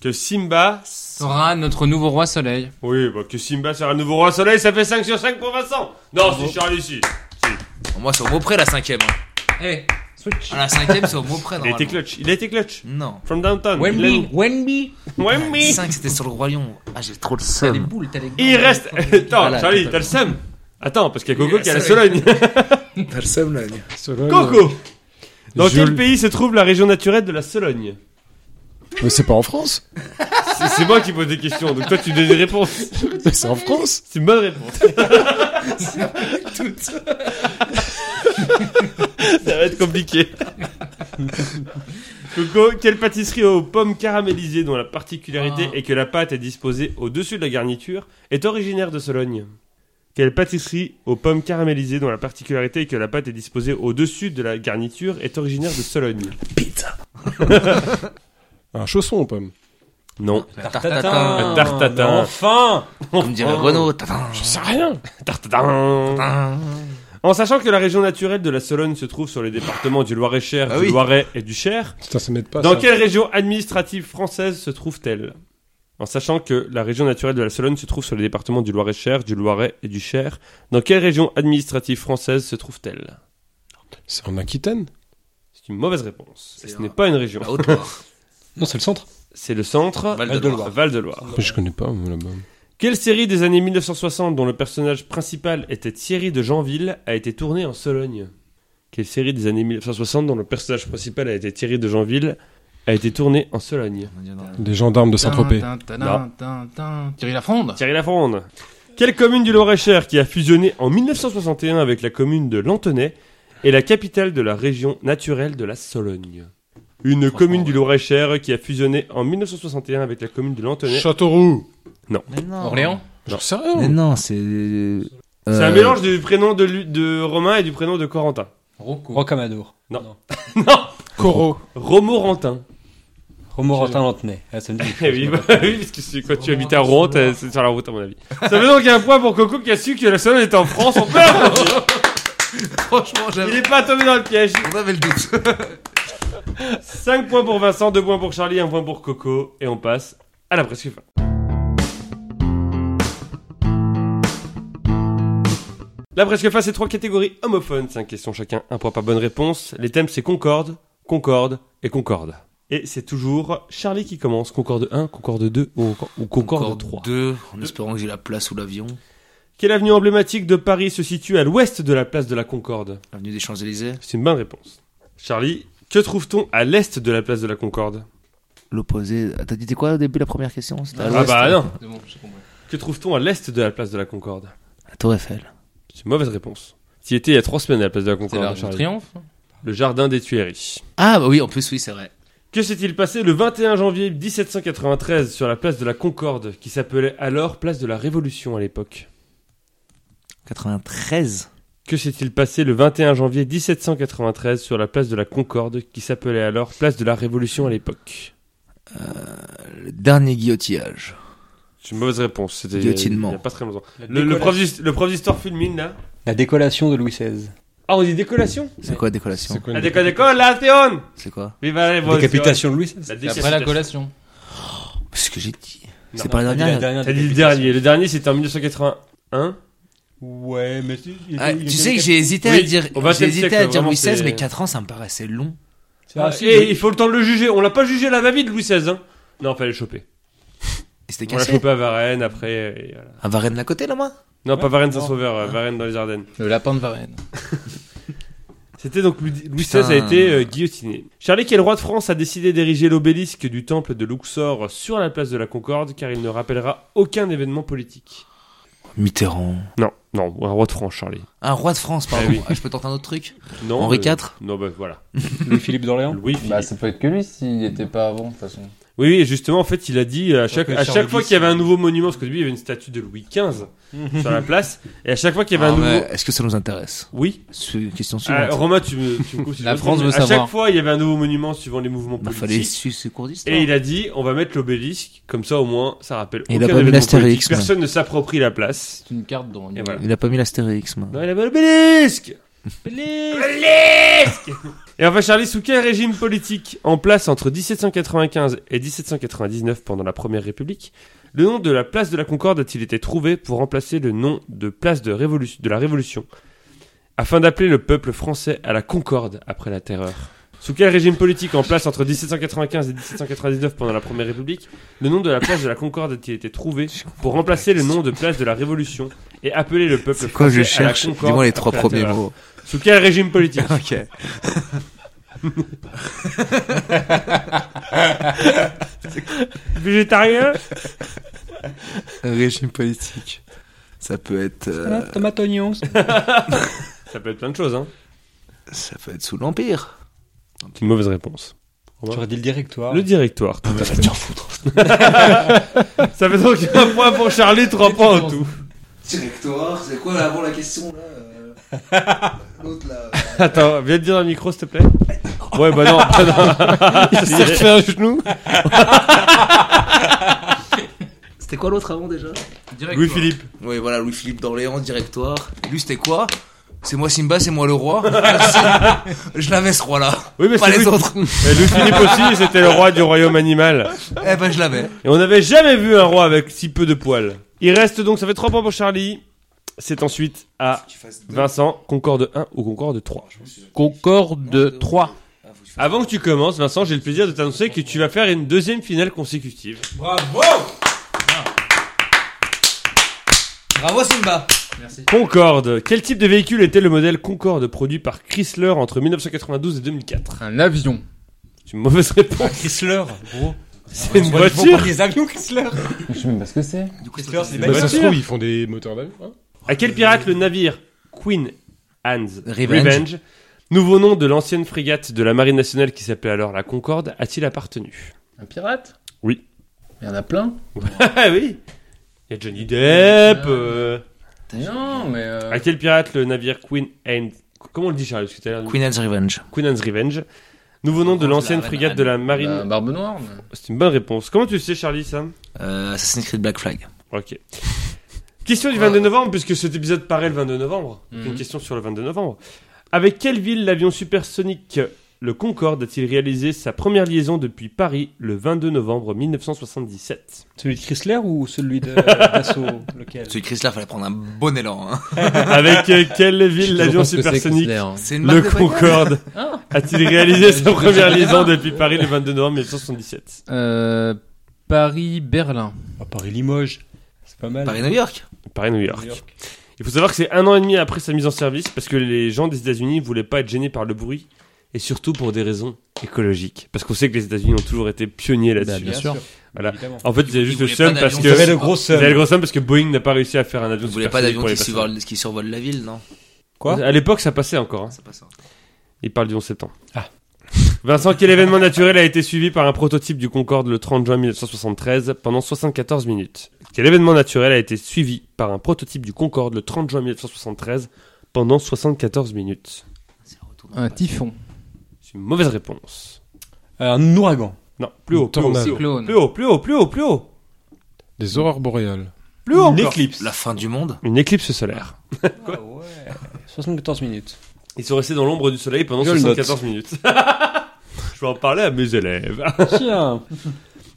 Speaker 1: Que Simba...
Speaker 3: Sera notre nouveau roi soleil.
Speaker 1: Oui, bah, que Simba sera le nouveau roi soleil, ça fait 5 sur 5 pour Vincent
Speaker 2: Ah
Speaker 1: Non, c'est Charlie, ici.
Speaker 2: Moi, c'est au mot près la cinquième. hein.
Speaker 3: Eh, switch.
Speaker 2: Ah, La cinquième, c'est au mot près.
Speaker 1: Il a
Speaker 3: hein.
Speaker 1: été
Speaker 2: normalement.
Speaker 1: clutch, il a été clutch
Speaker 2: Non.
Speaker 1: From downtown il l'a mis.
Speaker 3: Wenby.
Speaker 1: Wemby.
Speaker 2: 5 c'était sur le roi lion. Ah, j'ai trop le
Speaker 3: T'as les
Speaker 2: seum.
Speaker 3: boules, t'as les gants.
Speaker 1: Il reste... Attends,
Speaker 2: Voilà,
Speaker 1: Charlie, t'as le seum Attends, parce qu'il y a Coco qui a la Sologne.
Speaker 2: *laughs*
Speaker 6: T'as le seum, là. lui.
Speaker 4: Sologne, euh,
Speaker 1: Coco Dans
Speaker 4: Je
Speaker 1: quel
Speaker 4: le-
Speaker 1: pays se trouve la région naturelle de la Sologne
Speaker 4: Mais c'est pas en France.
Speaker 1: C'est- C'est moi qui pose des questions, donc toi tu donnes des réponses.
Speaker 4: Mais c'est en France.
Speaker 1: C'est une bonne réponse. *laughs* Ça va être compliqué. Coco, quelle pâtisserie aux pommes caramélisées dont la particularité
Speaker 3: Ah.
Speaker 1: est que la pâte est disposée au-dessus de la garniture est originaire de Sologne Quelle pâtisserie aux pommes caramélisées dont la particularité est que la pâte est disposée au-dessus de la garniture est originaire de Sologne
Speaker 4: Un chausson aux pommes.
Speaker 1: Non.
Speaker 2: Tartatin.
Speaker 1: Un tartatin.
Speaker 5: mais Enfin
Speaker 2: Comme dirait Renaud. Tartatin.
Speaker 4: J'en sais rien.
Speaker 1: Tartatin. En sachant que la région naturelle de la Sologne se trouve sur les départements du Loir-et-Cher,
Speaker 2: Ah
Speaker 1: du
Speaker 2: oui.
Speaker 1: Loiret et du Cher,
Speaker 4: Putain, ça m'aide pas.
Speaker 1: dans
Speaker 4: Ah, ça.
Speaker 1: quelle région administrative française se trouve-t-elle En sachant que la région naturelle de la Sologne se trouve sur les départements du Loir-et-Cher, du Loiret et du Cher, dans quelle région administrative française se trouve-t-elle
Speaker 4: C'est en Aquitaine.
Speaker 1: C'est une mauvaise réponse. Et
Speaker 6: C'est
Speaker 1: ce
Speaker 6: un-
Speaker 1: n'est pas une région.
Speaker 2: La haute Loire.
Speaker 5: Non, c'est le centre.
Speaker 1: C'est le centre
Speaker 2: Val de Loire.
Speaker 1: Val-de-Loire.
Speaker 4: Mais je connais pas, moi, là-bas.
Speaker 1: Quelle série des années 1960 dont le personnage principal était Thierry de Genville a été tournée en Sologne Quelle série des années 1960 dont le personnage principal a été Thierry de Genville a été tournée en Sologne
Speaker 4: Les gendarmes de Saint-Tropez.
Speaker 3: Tin, tin, tin, tin, tin. Thierry Lafronde
Speaker 1: Thierry Lafronde Quelle commune du Loir-et-Cher qui a fusionné en 1961 avec la commune de Lantenay est la capitale de la région naturelle de la Sologne Une commune du Loir-et-Cher qui a fusionné en 1961 avec la commune de Lantenay.
Speaker 4: Châteauroux.
Speaker 2: Mais non.
Speaker 3: Orléans
Speaker 4: J'en sais
Speaker 2: Mais
Speaker 4: rien.
Speaker 2: non, c'est. euh,
Speaker 1: C'est un
Speaker 2: euh,
Speaker 1: mélange du prénom de, Lu- de Romain et du prénom de Corentin.
Speaker 3: Rocco.
Speaker 5: Rocamadour.
Speaker 4: Coro.
Speaker 1: Romorantin.
Speaker 5: Romorantin-Lantenay. Ah, ça me dit
Speaker 1: *laughs*
Speaker 5: quelque
Speaker 1: Eh
Speaker 5: chose.
Speaker 1: oui, bah oui, parce que c'est- quand tu habites à Rouen, t'es- c'est sur la route à mon avis. Ça veut donc un point pour Coco qui a su que la semaine était en France en plein.
Speaker 2: Franchement,
Speaker 1: Il
Speaker 2: j'avais.
Speaker 1: est pas tombé dans le piège.
Speaker 2: On avait le doute.
Speaker 1: 5 points pour Vincent, 2 points pour Charlie, 1 point pour Coco. Et on passe à la presque fin. La presque fin, c'est trois catégories homophones. 5 questions chacun, un point par bonne réponse. Les thèmes, c'est Concorde, Concorde et Concorde. Et c'est toujours Charlie qui commence. Concorde 1, Concorde 2 ou, encore- ou Concorde, 3.
Speaker 6: Deux, en espérant que j'ai la place sous l'avion.
Speaker 1: Quelle avenue emblématique de Paris se situe à l'ouest de la place de la Concorde
Speaker 6: Avenue des Champs-Élysées.
Speaker 1: C'est une bonne réponse. Charlie, que trouve-t-on à l'est de la place de la Concorde
Speaker 2: L'opposé. Ah, T'as dit quoi au début la première question C'était à
Speaker 1: Ah
Speaker 2: l'ouest.
Speaker 1: bah non
Speaker 3: C'est bon, j'ai compris.
Speaker 1: Que trouve-t-on à l'est de la place de la Concorde
Speaker 2: La Tour Eiffel.
Speaker 1: C'est une mauvaise réponse. Tu y étais il y a trois semaines à la place de la
Speaker 3: C'est
Speaker 1: Concorde,
Speaker 3: l'Arc de
Speaker 1: Charlie.
Speaker 3: Triomphe
Speaker 1: Le jardin des Tuileries.
Speaker 6: Ah bah oui, en plus, oui, c'est vrai.
Speaker 1: Que s'est-il passé le 21 janvier 1793 sur la place de la Concorde, qui s'appelait alors place de la Révolution à l'époque
Speaker 2: 93.
Speaker 1: Que s'est-il passé le 21 janvier 1793 sur la place de la Concorde, qui s'appelait alors place de la Révolution à l'époque
Speaker 2: Le dernier guillotillage.
Speaker 1: C'est une mauvaise réponse. C'était il
Speaker 2: Guillotinement.
Speaker 1: n'y a pas très longtemps.
Speaker 5: La
Speaker 1: Le, le
Speaker 5: décolla-
Speaker 1: prof d'hist- le prof d'histoire fulmine là
Speaker 5: La décollation de Louis XVI.
Speaker 1: Ah, on dit décollation
Speaker 2: C'est quoi décollation
Speaker 4: quoi
Speaker 1: La déco- décollation
Speaker 2: C'est quoi
Speaker 1: Viva la révolution.
Speaker 5: Décapitation de Louis XVI.
Speaker 1: La
Speaker 3: C'est après la
Speaker 1: décapitation.
Speaker 3: collation.
Speaker 2: Ce que j'ai dit.
Speaker 1: Non.
Speaker 2: C'est pas la
Speaker 5: T'as dit
Speaker 2: dernière.
Speaker 5: dernière
Speaker 1: T'as dit le
Speaker 5: décapitation.
Speaker 1: dernier. Le dernier, c'était en 1981.
Speaker 5: Ouais, mais si, il était-
Speaker 2: Ah,
Speaker 5: il
Speaker 2: tu
Speaker 5: était
Speaker 2: sais que
Speaker 5: décap-
Speaker 2: j'ai hésité
Speaker 1: Oui,
Speaker 2: à dire,
Speaker 1: au XXe
Speaker 2: j'ai hésité à
Speaker 1: siècle,
Speaker 2: dire
Speaker 1: vraiment,
Speaker 2: Louis XVI,
Speaker 1: c'est-
Speaker 2: mais 4 ans, ça me paraissait long.
Speaker 1: Ah,
Speaker 5: Ah, si,
Speaker 1: et
Speaker 5: mais-
Speaker 1: il faut le temps de le juger. On l'a pas jugé la va-vite, Louis XVI. Hein. Non, fallait le choper.
Speaker 2: Et c'était
Speaker 1: On l'a
Speaker 2: cassé.
Speaker 1: chopé à Varennes après. et voilà.
Speaker 2: Un Varenne à côté, là, moi
Speaker 1: Non, pas Varennes
Speaker 5: non.
Speaker 1: Saint-Sauveur, euh, Varennes dans les Ardennes.
Speaker 3: Le lapin de Varennes.
Speaker 1: C'était donc Louis Louis
Speaker 2: Putain.
Speaker 1: XVI a été euh, guillotiné. Charlie, quel roi de France a décidé d'ériger l'obélisque du temple de Luxor sur la place de la Concorde car il ne rappellera aucun événement politique
Speaker 2: Mitterrand.
Speaker 1: Non, non, un roi de France, Charlie.
Speaker 2: Un roi de France, pardon.
Speaker 1: Ah oui.
Speaker 2: Ah, je peux tenter un autre truc
Speaker 1: Non,
Speaker 2: Henri
Speaker 1: euh,
Speaker 2: IV
Speaker 1: Non, bah voilà.
Speaker 5: Louis-Philippe d'Orléans.
Speaker 1: Louis Philippe.
Speaker 3: Bah, ça peut être que lui s'il était pas avant, de toute façon.
Speaker 1: Oui, oui, et justement, en fait, il a dit euh, à chaque,
Speaker 5: que
Speaker 1: à
Speaker 5: Charles
Speaker 1: chaque fois
Speaker 5: X, Mhm.
Speaker 1: qu'il y avait un nouveau monument, parce que lui, il y avait une statue de Louis XV sur la place, et à chaque fois qu'il y avait
Speaker 2: Ah,
Speaker 1: un nouveau.
Speaker 2: mais Est-ce que ça nous intéresse
Speaker 1: Oui.
Speaker 2: Su- Question
Speaker 1: Ah,
Speaker 2: suivante.
Speaker 1: Romain, tu me, tu me coupes si
Speaker 3: La
Speaker 1: je me trompe,
Speaker 3: France veut
Speaker 1: mais À
Speaker 3: savoir.
Speaker 1: chaque fois, il y avait un nouveau monument suivant les mouvements
Speaker 2: Il Bah, fallait
Speaker 1: politiques.
Speaker 2: suivre ce cours d'histoire.
Speaker 1: Et il a dit, on va mettre l'obélisque, comme ça au moins, ça rappelle.
Speaker 2: Il
Speaker 1: aucun
Speaker 2: a pas mis
Speaker 1: événement
Speaker 2: l'astérix,
Speaker 1: politique.
Speaker 2: mais-
Speaker 1: Personne ne s'approprie la place.
Speaker 3: C'est une carte dont on
Speaker 1: Et voilà.
Speaker 2: Il a pas mis l'astérix, moi.
Speaker 1: Non, il a mis l'obélisque L'obélisque Et enfin, Charlie, sous quel régime politique en place entre 1795 et 1799 pendant la Première République, le nom de la place de la Concorde a-t-il été trouvé pour remplacer le nom de place de, révolu- de la Révolution afin d'appeler le peuple français à la Concorde après la Terreur Sous quel régime politique en place entre 1795 et 1799 pendant la Première République, le nom de la place de la Concorde a-t-il été trouvé pour remplacer le nom de place de la Révolution et appeler le peuple
Speaker 2: Quoi, je
Speaker 1: français à la
Speaker 2: cherche
Speaker 1: Concorde
Speaker 2: Dis-moi les trois
Speaker 1: après la
Speaker 2: premiers
Speaker 1: Terreur
Speaker 2: mots.
Speaker 1: Sous quel régime
Speaker 2: *laughs*
Speaker 1: politique
Speaker 2: Ok.
Speaker 1: Végétarien
Speaker 2: Un régime politique. Ça peut être. euh,
Speaker 5: Tomate oignon.
Speaker 1: Ça peut être plein de choses, hein.
Speaker 2: Ça peut être sous l'Empire.
Speaker 1: C'est une mauvaise réponse.
Speaker 5: J'aurais dit le directoire.
Speaker 1: Le directoire.
Speaker 2: Ah,
Speaker 1: Tout à fait. *laughs* Ça fait donc un point pour Charlie, trois points en tout.
Speaker 2: Directoire, c'est quoi avant la
Speaker 1: *laughs*
Speaker 2: question, là euh, L'autre, là.
Speaker 1: Attends, viens le dire dans le micro, s'il te plaît. Ouais, bah non, bah non. *laughs* Il s'est refait un genou.
Speaker 2: C'était quoi l'autre avant déjà
Speaker 1: Louis Philippe.
Speaker 2: Oui, voilà, Louis-Philippe d'Orléans, directoire. Lui, c'était quoi C'est moi Simba, c'est moi le roi. *laughs* je l'avais ce roi-là.
Speaker 1: Oui, mais
Speaker 2: Pas
Speaker 1: c'est
Speaker 2: les
Speaker 1: Louis...
Speaker 2: autres. *laughs*
Speaker 1: Et Louis Philippe aussi, c'était le roi du royaume animal.
Speaker 2: Eh ben, je l'avais.
Speaker 1: Et on n'avait jamais vu un roi avec si peu de poils. Il reste donc, ça fait trois points pour Charlie. C'est ensuite à Vincent, Concorde 1 ou Concorde 3.
Speaker 3: Concorde 3.
Speaker 1: Avant Ah, que tu commences, Vincent, j'ai le plaisir de t'annoncer que tu vas faire une deuxième finale consécutive.
Speaker 5: Bravo
Speaker 6: Bravo Simba
Speaker 3: Merci.
Speaker 1: Concorde. Quel type de véhicule était le modèle Concorde produit par Chrysler entre 1992 et 2004
Speaker 3: Un avion.
Speaker 1: C'est une mauvaise réponse. *laughs*
Speaker 5: Chrysler, gros.
Speaker 1: C'est une
Speaker 5: On voit- on voit
Speaker 1: voiture.
Speaker 5: des avions Chrysler.
Speaker 4: Je sais même pas ce que c'est.
Speaker 6: Du coup,
Speaker 5: Qu'est-ce que c'est,
Speaker 4: Bah,
Speaker 5: Bah,
Speaker 4: ça se
Speaker 1: voiture.
Speaker 4: trouve, ils font des moteurs d'avion. hein.
Speaker 1: À quel pirate le navire Queen Anne's
Speaker 2: Revenge.
Speaker 1: Revenge, nouveau nom de l'ancienne frégate de la marine nationale qui s'appelait alors la Concorde, a-t-il appartenu
Speaker 3: Un pirate
Speaker 1: Oui.
Speaker 3: Il y en a plein.
Speaker 1: *laughs* Ah oui Il y a Johnny Depp. euh,
Speaker 3: Non, mais. euh,
Speaker 1: À quel pirate le navire Queen Anne's Comment on le dit Charles Parce que t'as l'air de-
Speaker 2: Queen Anne's Revenge.
Speaker 1: Queen Anne's Revenge, nouveau nom de l'ancienne frégate de la
Speaker 3: bah,
Speaker 1: marine.
Speaker 3: Barbe Noire. mais-
Speaker 1: C'est une bonne réponse. Comment tu le sais Charlie ça
Speaker 2: Euh, Assassin's Creed Black Flag.
Speaker 1: Ok. *laughs* Question du 22 novembre, puisque cet épisode paraît le 22 novembre. Donc Une
Speaker 3: Ah. Mhm.
Speaker 1: question sur le 22 novembre. Avec quelle ville l'avion supersonique le Concorde a-t-il réalisé sa première liaison depuis Paris le 22 novembre
Speaker 3: *laughs*
Speaker 1: 1977
Speaker 5: Celui de Chrysler ou celui de Dassault Lequel
Speaker 2: Celui de Chrysler, fallait prendre un bon élan. hein.
Speaker 1: Avec euh, quelle
Speaker 3: Je sais
Speaker 1: ville
Speaker 3: toujours
Speaker 1: l'avion
Speaker 3: pas ce que c'est,
Speaker 1: supersonique
Speaker 3: Chrysler, hein.
Speaker 2: C'est une
Speaker 1: le
Speaker 2: marque de voiture.
Speaker 3: *laughs*
Speaker 1: Concorde
Speaker 3: Ah.
Speaker 1: a-t-il réalisé sa première liaison depuis Paris le 22 novembre 1977
Speaker 3: Euh, Paris-Berlin.
Speaker 5: Ah, Paris-Limoges. C'est pas mal.
Speaker 2: Paris-New York.
Speaker 1: Paris-New
Speaker 5: New
Speaker 1: York.
Speaker 5: York.
Speaker 1: Il faut savoir que c'est un an et demi après sa mise en service parce que les gens des États-Unis voulaient pas être gênés par le bruit et surtout pour des raisons écologiques. Parce qu'on sait que les États-Unis ont toujours été pionniers
Speaker 3: Bah,
Speaker 1: là-dessus.
Speaker 3: bien sûr.
Speaker 1: Voilà.
Speaker 5: Évidemment.
Speaker 1: En fait, ils avaient
Speaker 2: Ils
Speaker 1: juste le
Speaker 2: voulaient
Speaker 1: seum
Speaker 2: pas
Speaker 1: parce
Speaker 2: d'avion
Speaker 1: que.
Speaker 5: Vous avez le
Speaker 1: Ils
Speaker 5: gros
Speaker 1: avaient le
Speaker 5: seum.
Speaker 1: gros seum parce que Boeing n'a pas réussi à faire un avion
Speaker 2: Vous voulez
Speaker 1: supersonique
Speaker 2: pas d'avion
Speaker 1: pour les
Speaker 2: qui,
Speaker 1: passagers.
Speaker 2: survole- qui survole la ville, non
Speaker 5: Quoi
Speaker 1: À l'époque, ça passait encore. hein.
Speaker 2: C'est pas ça.
Speaker 1: Il parle du 11 septembre. *laughs* Vincent, quel événement naturel a été suivi par un prototype du Concorde le 30 juin 1973 pendant 74 minutes Quel événement naturel a été suivi par un prototype du Concorde le 30 juin 1973 pendant 74 minutes
Speaker 2: C'est le retour dans le
Speaker 3: Un
Speaker 2: passé.
Speaker 3: typhon.
Speaker 1: C'est une mauvaise réponse.
Speaker 5: Un ouragan.
Speaker 1: Non, plus haut, plus haut,
Speaker 3: Bah,
Speaker 4: Tornade.
Speaker 1: plus haut,
Speaker 3: Cyclone.
Speaker 1: plus haut, plus haut, plus haut, plus haut,
Speaker 2: Mm.
Speaker 4: Des aurores boréales.
Speaker 1: plus haut
Speaker 5: Une
Speaker 1: encore.
Speaker 5: éclipse.
Speaker 2: La fin du monde.
Speaker 1: Une éclipse solaire.
Speaker 5: Ah ouais. 74 minutes.
Speaker 1: Ils sont restés dans l'ombre du soleil pendant
Speaker 5: Je le note.
Speaker 1: 74 minutes. *laughs* Je vais en parler à mes élèves.
Speaker 5: Ah, Tiens.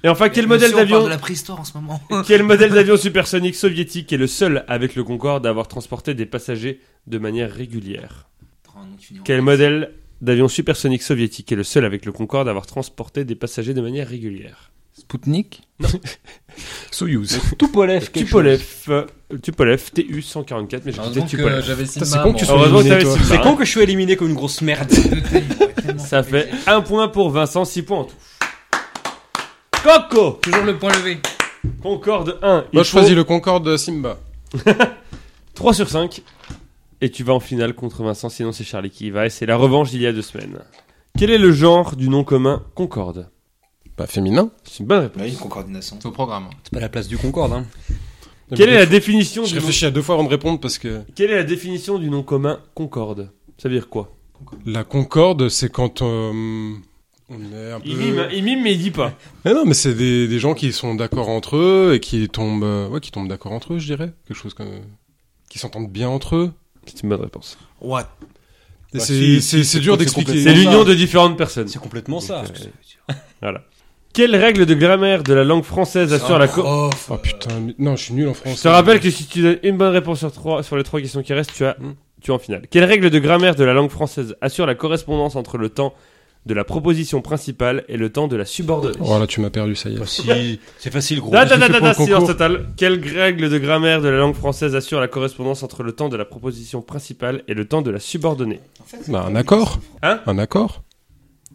Speaker 1: Et enfin, quel
Speaker 2: Mais
Speaker 1: modèle
Speaker 2: si on parle
Speaker 1: d'avion
Speaker 2: de la préhistoire en ce moment. *laughs*
Speaker 1: Quel modèle d'avion supersonique soviétique est le seul avec le Concorde à avoir transporté des passagers de manière régulière
Speaker 2: *laughs*
Speaker 1: Quel modèle d'avion supersonique soviétique est le seul avec le Concorde à avoir transporté des passagers de manière régulière
Speaker 3: Spoutnik.
Speaker 4: Soyuz.
Speaker 5: Tupolev. quelque chose.
Speaker 1: Tupolev, euh, Tupolev TU-144, mais j'ai
Speaker 3: Heureusement
Speaker 1: peut-être
Speaker 3: que
Speaker 1: Tupolev.
Speaker 3: j'avais Simba.
Speaker 4: c'est con que tu sois
Speaker 1: Heureusement que t'avais
Speaker 4: éliminé, toi.
Speaker 1: Simba.
Speaker 5: C'est con que je suis éliminé comme une grosse merde.
Speaker 1: Ça fait un point pour Vincent, 6 points en tout. Coco
Speaker 3: Toujours le point levé.
Speaker 1: Concorde 1.
Speaker 4: Moi, je choisis le Concorde Simba.
Speaker 1: 3 sur 5. Et tu vas en finale contre Vincent, sinon c'est Charlie qui y va. Et c'est la revanche d'il y a deux semaines. Quel est le genre du nom commun Concorde
Speaker 4: Bah, féminin.
Speaker 1: C'est une bonne réponse.
Speaker 2: Une concordination.
Speaker 3: C'est au programme.
Speaker 5: C'est pas la place du Concorde. Hein.
Speaker 1: Quelle est la définition
Speaker 4: Je
Speaker 1: du nom...
Speaker 4: réfléchis à deux fois avant de répondre parce que
Speaker 1: Quelle est la définition du nom commun Concorde Ça veut dire quoi
Speaker 4: la Concorde, c'est quand euh, on est un peu.
Speaker 1: il mime, il mime, mais il dit pas.
Speaker 4: Mais non, mais c'est des, des gens qui sont d'accord entre eux et qui tombent, euh, ouais, qui tombent d'accord entre eux, je dirais. Quelque chose comme, qui s'entendent bien entre eux.
Speaker 1: C'est une bonne réponse.
Speaker 2: What
Speaker 4: Et
Speaker 5: Bah,
Speaker 4: c'est
Speaker 5: si,
Speaker 4: c'est- c'est dur
Speaker 5: c'est
Speaker 4: d'expliquer.
Speaker 1: C'est
Speaker 5: complètement-
Speaker 1: l'union de différentes personnes.
Speaker 5: C'est complètement ça.
Speaker 1: Donc, euh, voilà. Quelle règle de grammaire de la langue française assure
Speaker 2: Ah,
Speaker 1: la... co-
Speaker 4: Oh putain, mais- non, je suis nul en français.
Speaker 1: Je te rappelle que si tu donnes une bonne réponse sur, trois, sur les trois questions qui restent, tu as tu es en finale. Quelle règle de grammaire de la langue française assure la correspondance entre le temps de la proposition principale et le temps de la subordonnée
Speaker 4: Oh là, tu m'as perdu, ça y est.
Speaker 5: Bah, si. C'est facile, gros.
Speaker 1: Da, da, da,
Speaker 4: c'est
Speaker 1: da,
Speaker 4: pour
Speaker 1: da,
Speaker 4: le
Speaker 1: silence
Speaker 4: concours.
Speaker 1: total. Quelle règle de grammaire de la langue française assure la correspondance entre le temps de la proposition principale et le temps de la subordonnée
Speaker 4: Bah, un accord.
Speaker 1: Hein
Speaker 4: Un accord.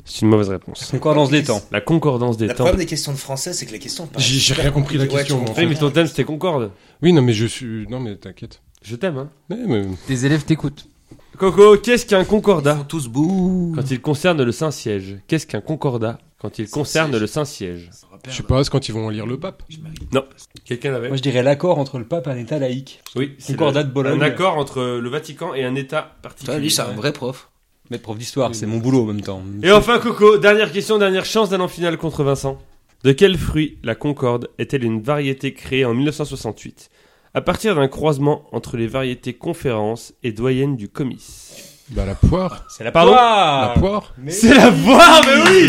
Speaker 1: C'est une mauvaise réponse.
Speaker 5: Concordance des temps.
Speaker 1: La concordance des
Speaker 2: La
Speaker 1: temps.
Speaker 2: problème des questions de français, c'est que la question paraît
Speaker 4: J'ai j'ai rien
Speaker 2: super
Speaker 4: compris la
Speaker 2: compliquée.
Speaker 4: question.
Speaker 2: Ouais,
Speaker 4: moi, en
Speaker 1: Oui,
Speaker 4: fait.
Speaker 1: mais ton thème c'était concorde.
Speaker 4: Oui, non, mais je suis, non, mais t'inquiète.
Speaker 1: Je t'aime, hein.
Speaker 4: Eh, mais-
Speaker 3: Tes élèves t'écoutent.
Speaker 1: Coco, qu'est-ce qu'un
Speaker 2: Ils
Speaker 1: concordat
Speaker 2: font tous bouh.
Speaker 1: quand il concerne le Saint-Siège Qu'est-ce qu'un concordat quand il concerne le Saint-Siège
Speaker 2: Ça va
Speaker 4: Je
Speaker 2: perdre.
Speaker 4: sais pas, c'est quand ils vont lire le pape.
Speaker 2: Je m'arrive.
Speaker 1: Quelqu'un l'avait
Speaker 5: Moi, je dirais l'accord entre le pape et un État laïque.
Speaker 1: Oui, c'est
Speaker 5: Concordat
Speaker 1: le-
Speaker 5: de Bologne.
Speaker 1: Un accord entre le Vatican et un État
Speaker 2: Toi,
Speaker 1: particulier.
Speaker 2: lui, c'est un vrai prof.
Speaker 5: Mais prof d'histoire, c'est mon boulot en même temps.
Speaker 1: Et enfin, Coco, dernière question, dernière chance d'aller en finale contre Vincent. De quel fruit la Concorde est-elle une variété créée en 1968 à partir d'un croisement entre les variétés conférence et doyenne du comice
Speaker 4: Bah, la poire.
Speaker 1: C'est la pardon
Speaker 4: La poire.
Speaker 5: Mais-
Speaker 1: C'est la voix, mais oui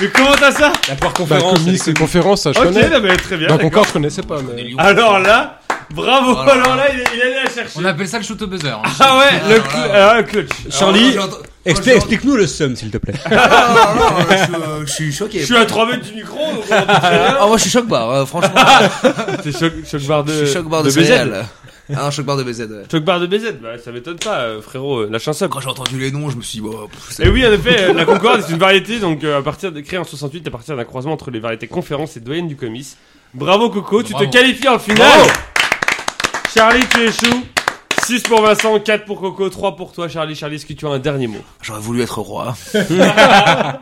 Speaker 1: Mais comment t'as ça
Speaker 5: La poire
Speaker 4: Bah,
Speaker 5: conférence.
Speaker 4: commis, c'est conférence, ça, je
Speaker 1: Ok,
Speaker 4: connais.
Speaker 1: non, mais très bien.
Speaker 4: Bah,
Speaker 1: d'accord.
Speaker 4: Concorde, je connaissais pas, mais.
Speaker 1: Alors là, bravo
Speaker 2: Voilà.
Speaker 1: Alors là, il est, il est allé la chercher.
Speaker 3: On appelle ça le shoot au buzzer. hein.
Speaker 1: Ah ouais, le
Speaker 2: Voilà.
Speaker 1: cl- ah, le clutch.
Speaker 5: Charlie,
Speaker 2: Alors, j'entends-
Speaker 5: expli-
Speaker 2: Moi,
Speaker 5: Explique-nous le seum, s'il te plaît.
Speaker 2: Ah, non, non, je
Speaker 1: *laughs*
Speaker 2: suis, euh, je suis choqué.
Speaker 1: Je suis à 3 mètres du micro, donc on entend très bien.
Speaker 6: hein.
Speaker 2: Ah, moi, je suis choc bar, euh, franchement.
Speaker 1: C'est choc, choc barre
Speaker 2: je
Speaker 1: de.
Speaker 2: suis choc bar de,
Speaker 1: BZ.
Speaker 2: céréales.
Speaker 6: Ah, un choc barre de BZ. ouais.
Speaker 1: Choc barre de BZ, bah, ça m'étonne pas, euh, frérot, euh, lâche un sub.
Speaker 6: Quand j'ai entendu les noms, je me suis dit, oh, pff, c'est-
Speaker 1: Et oui, en effet, euh, la Concorde est une variété donc euh, à partir de, créée en 68 à partir d'un croisement entre les variétés conférence et doyenne du comice. Bravo Coco, tu te
Speaker 3: Bravo.
Speaker 1: qualifies en finale. Charlie, tu échoues. 6 pour Vincent, 4 pour Coco, 3 pour toi Charlie. Charlie, est-ce que tu as un dernier mot
Speaker 6: j'aurais voulu être roi.
Speaker 1: Bravo.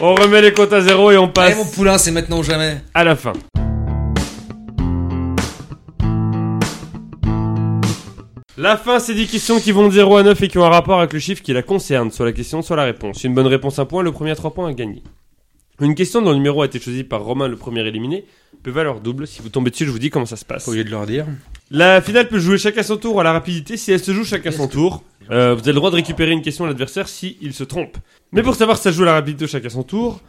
Speaker 1: On remet les comptes à zéro et
Speaker 3: Eh,
Speaker 1: on
Speaker 6: Allez,
Speaker 2: Eh,
Speaker 1: passe
Speaker 6: mon poulain, c'est maintenant ou jamais.
Speaker 1: à la fin. La fin, c'est 10 questions qui vont de 0 à 9 et qui ont un rapport avec le chiffre qui la concerne, soit la question, soit la réponse. Une bonne réponse, un point, le premier à 3 points à gagner. Une question dont le numéro a été choisi par Romain, le premier éliminé, peut valoir double. Si vous tombez dessus, je vous dis comment ça se passe.
Speaker 5: Faut lieu de leur dire.
Speaker 1: La finale peut jouer chacun son tour à la rapidité si elle se joue chacun son tour. Euh, vous avez le droit de récupérer une question à l'adversaire si il se trompe. Mais pour savoir si ça joue à la rapidité ou chacun son tour,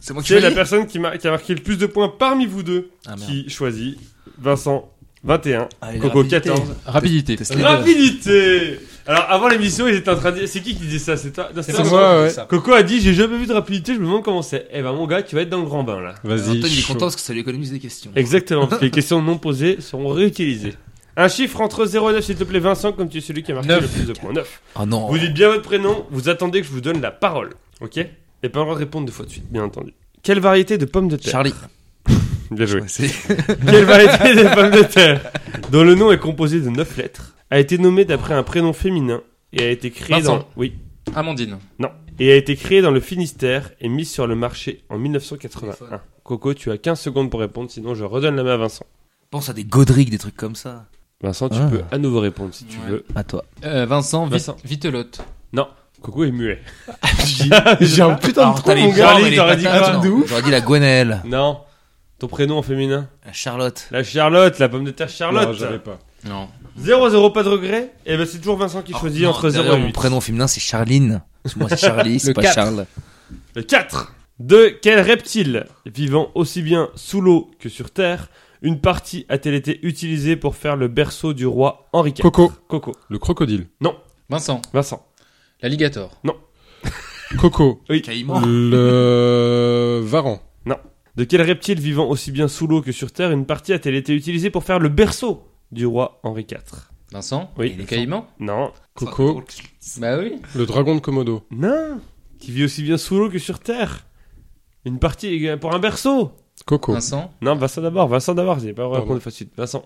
Speaker 6: C'est moi qui
Speaker 1: c'est la
Speaker 6: choisis.
Speaker 1: personne qui, mar- qui a marqué le plus de points parmi vous deux
Speaker 2: Ah, merde.
Speaker 1: qui choisit. Vincent, 21.
Speaker 4: Ah,
Speaker 2: Allez, la
Speaker 1: Coco,
Speaker 2: rapidité.
Speaker 1: 14.
Speaker 3: Rapidité.
Speaker 1: Rapidité Alors avant l'émission, ils étaient en train de dire... C'est qui qui disait ça C'est toi Non,
Speaker 4: C'est moi, ouais.
Speaker 1: Coco a dit j'ai jamais vu de rapidité, je me demande comment c'est. Eh ben mon gars, tu vas être dans le grand bain là.
Speaker 4: Vas-y.
Speaker 6: Antoine, il est
Speaker 4: chaud.
Speaker 6: content parce que ça lui économise des questions.
Speaker 1: Exactement, parce que les questions non posées seront réutilisées. Un chiffre entre 0 et 9, s'il te plaît, Vincent, comme tu es celui qui a marqué
Speaker 3: Neuf.
Speaker 1: le plus de points. 9.
Speaker 6: Ah
Speaker 2: Oh non.
Speaker 1: Vous dites bien votre prénom, vous attendez que je vous donne la parole. Ok Et pas le droit de répondre deux fois de suite, bien entendu. Quelle variété de pommes de terre
Speaker 2: Charlie.
Speaker 1: Bien
Speaker 6: *laughs*
Speaker 1: joué.
Speaker 2: Ouais, c'est-
Speaker 1: Quelle variété de pommes de terre dont le nom est composé de 9 lettres a été nommée d'après un prénom féminin et a été créé
Speaker 3: Vincent.
Speaker 1: dans oui
Speaker 3: Amandine.
Speaker 1: non et a été créé dans le Finistère et mise sur le marché en 1981. Coco, tu as 15 secondes pour répondre, sinon je redonne la main à Vincent.
Speaker 2: Pense à des Godric, des trucs comme ça.
Speaker 1: Vincent, tu
Speaker 2: Ah.
Speaker 1: peux à nouveau répondre si tu
Speaker 3: Ouais.
Speaker 1: veux.
Speaker 2: À toi.
Speaker 3: Euh, Vincent, Vi-
Speaker 1: Vincent.
Speaker 3: Vitelotte.
Speaker 1: Coco est muet.
Speaker 2: J'ai un putain
Speaker 6: Alors, t'as les
Speaker 1: gars.
Speaker 6: bords et
Speaker 1: Charlie,
Speaker 6: les
Speaker 1: t'aurais dit
Speaker 6: patates,
Speaker 1: quoi
Speaker 6: non.
Speaker 1: De
Speaker 2: J'aurais dit la Gwenelle,
Speaker 1: Non. Ton prénom en féminin
Speaker 2: la Charlotte.
Speaker 1: La Charlotte, la pomme de terre
Speaker 4: Non,
Speaker 1: Charlotte.
Speaker 4: j'avais pas.
Speaker 3: Non.
Speaker 1: 0-0, pas de regret. Et ben c'est toujours Vincent qui
Speaker 2: Oh,
Speaker 1: choisit
Speaker 2: non,
Speaker 1: entre 0
Speaker 2: derrière,
Speaker 1: et
Speaker 2: Mon
Speaker 1: 8.
Speaker 2: prénom féminin, c'est Charline. Parce que Moi, c'est Charlie, c'est
Speaker 3: Le
Speaker 2: pas
Speaker 3: quatre.
Speaker 2: Charles.
Speaker 1: Le 4. De quel reptile, vivant aussi bien sous l'eau que sur terre, une partie a-t-elle été utilisée pour faire le berceau du roi Henri IV
Speaker 4: Coco.
Speaker 1: Coco.
Speaker 4: Le crocodile.
Speaker 3: Vincent,
Speaker 1: Vincent.
Speaker 3: l'alligator.
Speaker 4: Coco.
Speaker 1: Oh.
Speaker 6: Caïman.
Speaker 4: Le varan.
Speaker 1: De quel reptile vivant aussi bien sous l'eau que sur terre, une partie a-t-elle été utilisée pour faire le berceau du roi Henri IV
Speaker 3: Vincent,
Speaker 1: Oui.
Speaker 3: le caïman.
Speaker 1: Non.
Speaker 4: Coco.
Speaker 3: Bah oui.
Speaker 4: Le dragon de Komodo.
Speaker 1: Non. Qui vit aussi bien sous l'eau que sur terre. Une partie euh, pour un berceau.
Speaker 4: Coco.
Speaker 1: Ah,
Speaker 3: Vincent,
Speaker 1: Non, Vincent d'abord. Vincent d'abord. J'ai pas le droit de
Speaker 4: Pardon.
Speaker 1: répondre de fois de suite. Vincent.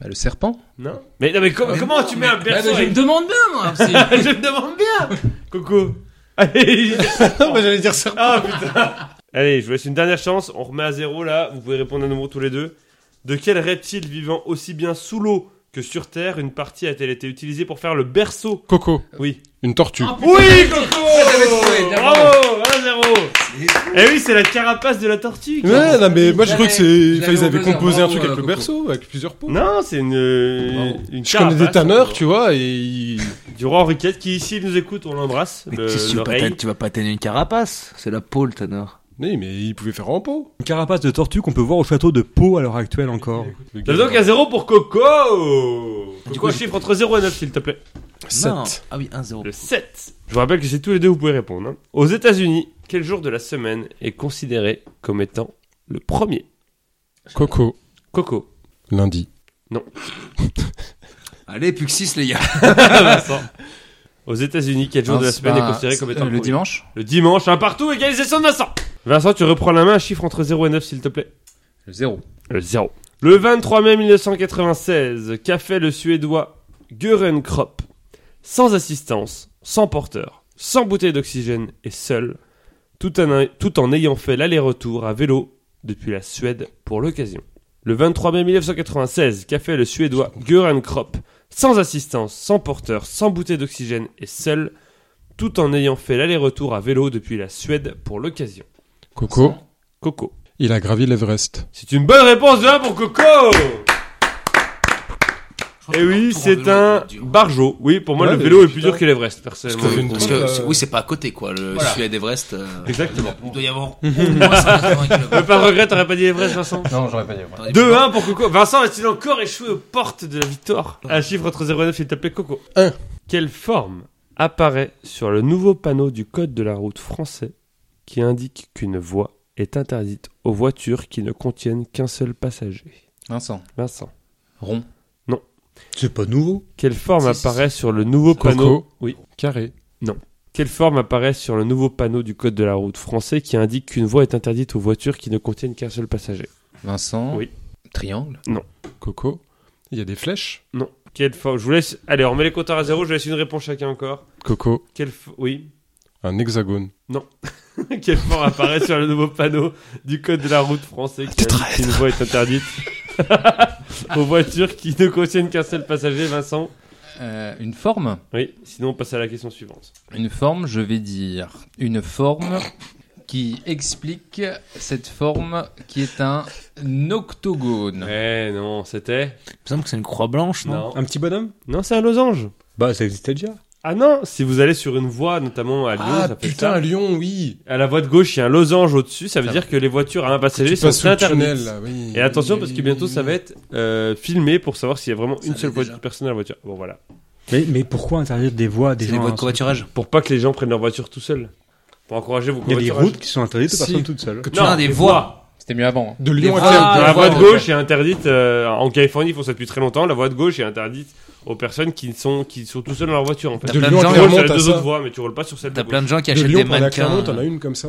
Speaker 3: bah, le serpent.
Speaker 1: Non. Mais, non, mais, com- comment tu mets un berceau avec-
Speaker 3: Bah, demande bien *laughs* moi.
Speaker 1: Ah, je me demande bien *laughs* Coco Allez
Speaker 2: j'allais dire ça.
Speaker 1: Ah putain *laughs* Allez, je vous laisse une dernière chance, on remet à zéro là, vous pouvez répondre à nouveau tous les deux. De quel reptile vivant aussi bien sous l'eau que sur Terre, une partie a-t-elle été utilisée pour faire le berceau
Speaker 4: Coco.
Speaker 1: Oui.
Speaker 4: Une tortue.
Speaker 3: Ah,
Speaker 1: Ah, Oui, Coco
Speaker 5: trouvé, bien
Speaker 1: Bravo 1-0 Eh oui, c'est la carapace de la tortue quoi.
Speaker 4: Ouais, non, mais moi je
Speaker 3: J'avais-
Speaker 4: crois que c'est.
Speaker 3: j'avais
Speaker 4: enfin, ils avaient
Speaker 3: au buzzer.
Speaker 4: composé un
Speaker 3: Bravo,
Speaker 4: truc avec
Speaker 3: euh,
Speaker 4: le
Speaker 3: Coco.
Speaker 4: berceau, avec plusieurs pots.
Speaker 1: Non, c'est une, euh, une
Speaker 4: Je connais
Speaker 1: carapace.
Speaker 4: des tanneurs, tu vois, et ils-
Speaker 1: Du roi Henri IV qui, ici nous écoute, on l'embrasse.
Speaker 2: Mais
Speaker 1: le-
Speaker 2: tissu,
Speaker 1: l'oreille.
Speaker 2: patate, tu vas pas tenir une carapace. C'est la pôle, Tanor.
Speaker 4: Oui, mais ils pouvaient faire en pot.
Speaker 5: Une carapace de tortue qu'on peut voir au château de Pau à l'heure actuelle encore.
Speaker 4: Le
Speaker 1: Ça
Speaker 4: gars.
Speaker 1: fait donc un 0 pour Coco Coco, un chiffre entre 0 et 9, s'il te plaît.
Speaker 2: Non.
Speaker 4: Sept.
Speaker 2: Ah oui, 1-0.
Speaker 1: Le 7. Je vous rappelle que c'est tous les deux, vous pouvez répondre. hein. Aux États-Unis, quel jour de la semaine est considéré comme étant le premier
Speaker 4: Coco.
Speaker 1: Coco. *laughs*
Speaker 4: Lundi.
Speaker 6: Allez, plus que 6, les gars.
Speaker 1: Vincent. Aux États-Unis, quel jour de la
Speaker 3: Ah, c'est
Speaker 1: semaine
Speaker 3: pas-
Speaker 1: est considéré comme
Speaker 3: c'est-
Speaker 1: étant
Speaker 3: Euh, le
Speaker 1: premier
Speaker 3: dimanche.
Speaker 1: Le dimanche, un partout, égalisation de Vincent. Vincent, tu reprends la main, un chiffre entre 0 et 9, s'il te plaît.
Speaker 3: Le zéro.
Speaker 1: Le 0. Le 23 mai 1996, qu'a fait le Suédois Göran Kropp Sans assistance, sans porteur, sans bouteille d'oxygène et seul, tout en, tout en ayant fait l'aller-retour à vélo depuis la Suède pour l'occasion. Le 23 mai 1996, qu'a fait le Suédois Göran Kropp Sans assistance, sans porteur, sans bouteille d'oxygène et seul, tout en ayant fait l'aller-retour à vélo depuis la Suède pour l'occasion.
Speaker 4: Coco.
Speaker 1: Coco.
Speaker 4: Il a gravi l'Everest.
Speaker 1: C'est une bonne réponse de 1 pour Coco Et Eh oui, c'est
Speaker 2: euh,
Speaker 1: un barjo. Oui, pour moi,
Speaker 4: Ouais,
Speaker 1: le
Speaker 4: mais
Speaker 1: vélo est
Speaker 4: putain.
Speaker 1: plus dur que l'Everest,
Speaker 6: Parce
Speaker 1: personnellement.
Speaker 4: Ça fait
Speaker 6: que,
Speaker 4: une
Speaker 6: parce
Speaker 4: drôle,
Speaker 6: que-
Speaker 4: euh,
Speaker 6: oui, c'est pas à côté, quoi. Le Suède Everest. euh,
Speaker 1: Exactement.
Speaker 6: Il doit y avoir au moins 180
Speaker 1: Le *laughs*
Speaker 6: kilomètres.
Speaker 1: pas de regret, t'aurais pas dit l'Everest, Vincent
Speaker 3: Non, j'aurais pas dit.
Speaker 6: Attends, il faut
Speaker 1: 2-1 pour Coco. Vincent est-il encore échoué aux portes de la victoire Un chiffre entre 0 et 9, il t'appelait Coco.
Speaker 4: Un.
Speaker 1: Quelle forme apparaît sur le nouveau panneau du code de la route français qui indique qu'une voie est interdite aux voitures qui ne contiennent qu'un seul passager
Speaker 3: Vincent.
Speaker 1: Vincent.
Speaker 3: Rond.
Speaker 5: C'est pas nouveau.
Speaker 1: Quelle forme
Speaker 3: Si, si,
Speaker 1: apparaît sur le nouveau
Speaker 4: Coco.
Speaker 1: panneau Oui.
Speaker 4: Carré.
Speaker 1: Quelle forme apparaît sur le nouveau panneau du code de la route français qui indique qu'une voie est interdite aux voitures qui ne contiennent qu'un seul passager
Speaker 3: Vincent.
Speaker 1: Oui.
Speaker 3: Triangle.
Speaker 4: Coco. Il y a des flèches.
Speaker 1: Non. Quelle forme Je vous laisse. Allez, on met les compteurs à zéro. Je vous laisse une réponse chacun encore.
Speaker 4: Coco.
Speaker 1: Quelle fo- Oui. *laughs*
Speaker 4: Un hexagone.
Speaker 1: Quelle forme apparaît sur le nouveau panneau du code de la route français qui indique qu'une voie est interdite aux voitures qui ne contiennent qu'un seul passager Vincent
Speaker 3: Euh, une forme.
Speaker 1: Oui. Sinon, on passe à la question suivante.
Speaker 3: Une forme, je vais dire. Une forme qui explique cette forme qui est un octogone.
Speaker 1: Eh non, c'était
Speaker 2: Il me semble que c'est une croix blanche, non,
Speaker 1: Non.
Speaker 5: Un petit bonhomme
Speaker 1: Non, c'est un losange.
Speaker 5: Bah, ça existait déjà.
Speaker 1: Ah non, si vous allez sur une voie, notamment à Lyon, Ah,
Speaker 4: Ah,
Speaker 1: ça fait ça.
Speaker 4: Lyon, oui.
Speaker 1: À la voie de gauche, il y a un losange au-dessus, ça veut
Speaker 3: Ça
Speaker 1: dire que les voitures à un passager
Speaker 4: Tu
Speaker 1: sont
Speaker 4: passes sous le
Speaker 1: interdites.
Speaker 4: tunnel, là, oui.
Speaker 1: Et attention, parce que bientôt ça va être euh, filmé pour savoir s'il y a vraiment une
Speaker 2: l'est
Speaker 1: seule voie-
Speaker 2: déjà.
Speaker 1: personne à la voiture. Bon voilà.
Speaker 5: Mais, mais pourquoi interdire des voies des
Speaker 2: C'est des
Speaker 5: gens
Speaker 2: voies de
Speaker 5: hein,
Speaker 2: covoiturage.
Speaker 1: Pour pas que les gens prennent leur voiture tout seuls. Pour encourager vos
Speaker 5: Il y a des
Speaker 1: covoiturages.
Speaker 5: routes qui sont interdites aux
Speaker 4: Si.
Speaker 5: personnes toutes seules.
Speaker 2: Que tu
Speaker 1: Non,
Speaker 2: as des
Speaker 1: les
Speaker 2: voies.
Speaker 3: C'était mieux avant. hein.
Speaker 4: De Lyon
Speaker 3: Les
Speaker 4: à
Speaker 3: voies-
Speaker 4: Clermont.
Speaker 1: la
Speaker 3: les
Speaker 1: voie de
Speaker 3: voies,
Speaker 1: gauche est interdite euh, en Californie, ils font ça depuis très longtemps. La voie de gauche est interdite aux personnes qui sont qui sont tout seuls dans leur voiture en fait.
Speaker 2: T'as
Speaker 1: Tu
Speaker 4: De
Speaker 2: plein de
Speaker 4: Lyon
Speaker 2: gens
Speaker 4: à
Speaker 2: qui
Speaker 1: roules
Speaker 4: Clermont,
Speaker 1: sur les
Speaker 4: t'as
Speaker 1: deux
Speaker 4: ça.
Speaker 1: autres voies, mais tu roules pas sur celle de
Speaker 2: T'as
Speaker 1: gauche. Hmm.
Speaker 2: plein de gens qui
Speaker 4: De
Speaker 2: achètent
Speaker 4: Lyon
Speaker 2: des
Speaker 4: à Clermont,
Speaker 2: mannequins.
Speaker 4: t'en as une comme ça.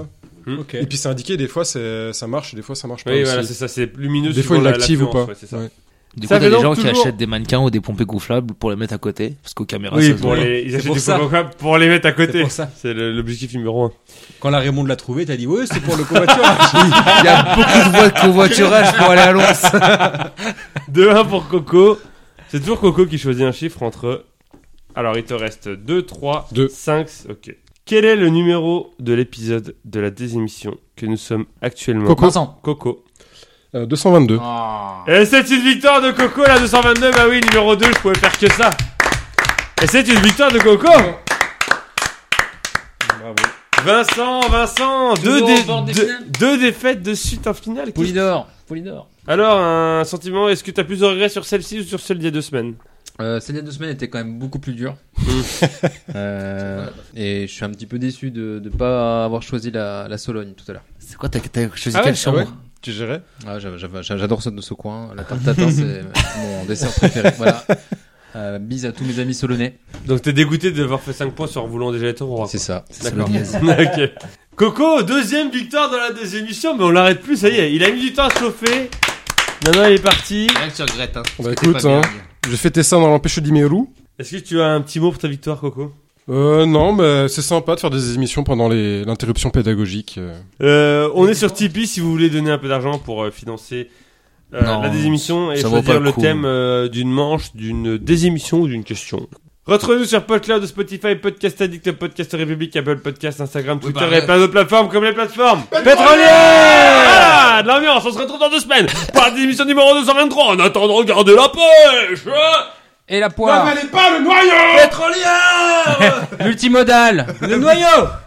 Speaker 5: Ok.
Speaker 4: Et puis c'est indiqué, des fois c'est- ça marche, et des fois ça marche pas.
Speaker 1: Oui,
Speaker 4: aussi.
Speaker 1: voilà, c'est ça, c'est lumineux.
Speaker 4: Des fois
Speaker 1: suivant
Speaker 4: il
Speaker 1: la-
Speaker 4: l'active ou
Speaker 1: l'affluence,
Speaker 4: pas.
Speaker 1: ouais, c'est ça.
Speaker 4: Ouais.
Speaker 2: Du
Speaker 1: Ça
Speaker 2: coup,
Speaker 1: fait
Speaker 2: t'as des
Speaker 1: donc
Speaker 2: gens qui
Speaker 1: toujours-
Speaker 2: achètent des mannequins ou des pompées gonflables pour les mettre à côté, parce qu'aux caméras,
Speaker 5: Oui,
Speaker 2: ça se
Speaker 1: Pour
Speaker 2: voit.
Speaker 1: les, ils
Speaker 5: C'est
Speaker 1: achètent
Speaker 5: pour
Speaker 1: des
Speaker 5: ça.
Speaker 1: pompes gonflables pour les mettre à
Speaker 5: C'est
Speaker 1: côté.
Speaker 5: pour ça.
Speaker 1: C'est le- l'objectif numéro un. *laughs*
Speaker 5: Quand la Raymond l'a trouvé, t'as dit ouais, c'est pour le covoiturage.
Speaker 2: Il y a beaucoup de voies de covoiturage pour aller à Lons.
Speaker 1: 2-1 pour Coco. C'est toujours Coco qui choisit un chiffre entre. Alors, il te reste 2, 3,
Speaker 4: Deux.
Speaker 1: 5. Ok. Quel est le numéro de l'épisode de la désémission que nous sommes actuellement
Speaker 4: Coco.
Speaker 3: Vincent.
Speaker 1: Coco.
Speaker 4: Euh, 222.
Speaker 3: Ah.
Speaker 1: Et c'est une victoire de Coco, la 222. Bah oui, numéro 2, je pouvais faire que ça. Et c'est une victoire de Coco.
Speaker 5: Bravo.
Speaker 1: Vincent, Vincent, deux,
Speaker 3: Toujours
Speaker 1: dé-
Speaker 3: au bord des
Speaker 1: deux-
Speaker 3: finales.
Speaker 1: deux défaites de suite en finale. Qu'est-ce-
Speaker 3: Polydor. Polydor.
Speaker 1: Alors, un sentiment, est-ce que t'as plus de regrets sur celle-ci ou sur celle d'il y a deux semaines
Speaker 3: Euh, ces deux semaines étaient quand même beaucoup plus *laughs* dures. Euh, et je suis un petit peu déçu de ne pas avoir choisi la, la Sologne tout à l'heure.
Speaker 2: C'est quoi, t'as- t'as choisi
Speaker 1: Ah ouais,
Speaker 2: quelle
Speaker 1: ah
Speaker 2: chambre
Speaker 4: ouais. Tu gérais
Speaker 3: Ah, j'a- j'a- j'a- J'adore ça de ce coin. La tarte tatin, *laughs* c'est mon dessert préféré. Voilà. Euh, bise à tous mes amis solonais.
Speaker 1: Donc t'es dégoûté d'avoir fait 5 points sur voulant déjà être au roi.
Speaker 3: C'est ça.
Speaker 1: D'accord. *laughs* Ok. Coco, deuxième victoire dans la deuxième émission, mais on l'arrête plus, ça y est, il a mis du temps à se chauffer. Maintenant il est parti.
Speaker 2: Rien que euh, tu regrettes, hein.
Speaker 4: Bah écoute, hein, j'ai fêté ça dans l'empêche du Meru.
Speaker 1: Est-ce que tu as un petit mot pour ta victoire, Coco
Speaker 4: Euh, non, mais c'est sympa de faire des émissions pendant les- l'interruption pédagogique. euh.
Speaker 1: euh, On est sur Tipeee si vous voulez donner un peu d'argent pour euh, financer euh,
Speaker 2: Non,
Speaker 1: la désémission et
Speaker 2: ça vaut
Speaker 1: choisir
Speaker 2: pas
Speaker 1: le,
Speaker 2: le coup.
Speaker 1: thème euh, d'une manche, d'une désémission ou d'une question. Retrouvez-nous sur PodCloud, Spotify, Podcast Addict, Podcast République, Apple Podcast, Instagram,
Speaker 2: Oui,
Speaker 1: Twitter
Speaker 2: bah,
Speaker 1: et plein d'autres plateformes comme les plateformes pétrolières Voilà, de l'ambiance, on se retrouve dans deux semaines pour la démission numéro 223. En attendant, regardez la pêche hein.
Speaker 3: Et la poire.
Speaker 5: Pétrolière *laughs*
Speaker 3: Multimodal.
Speaker 5: Le noyau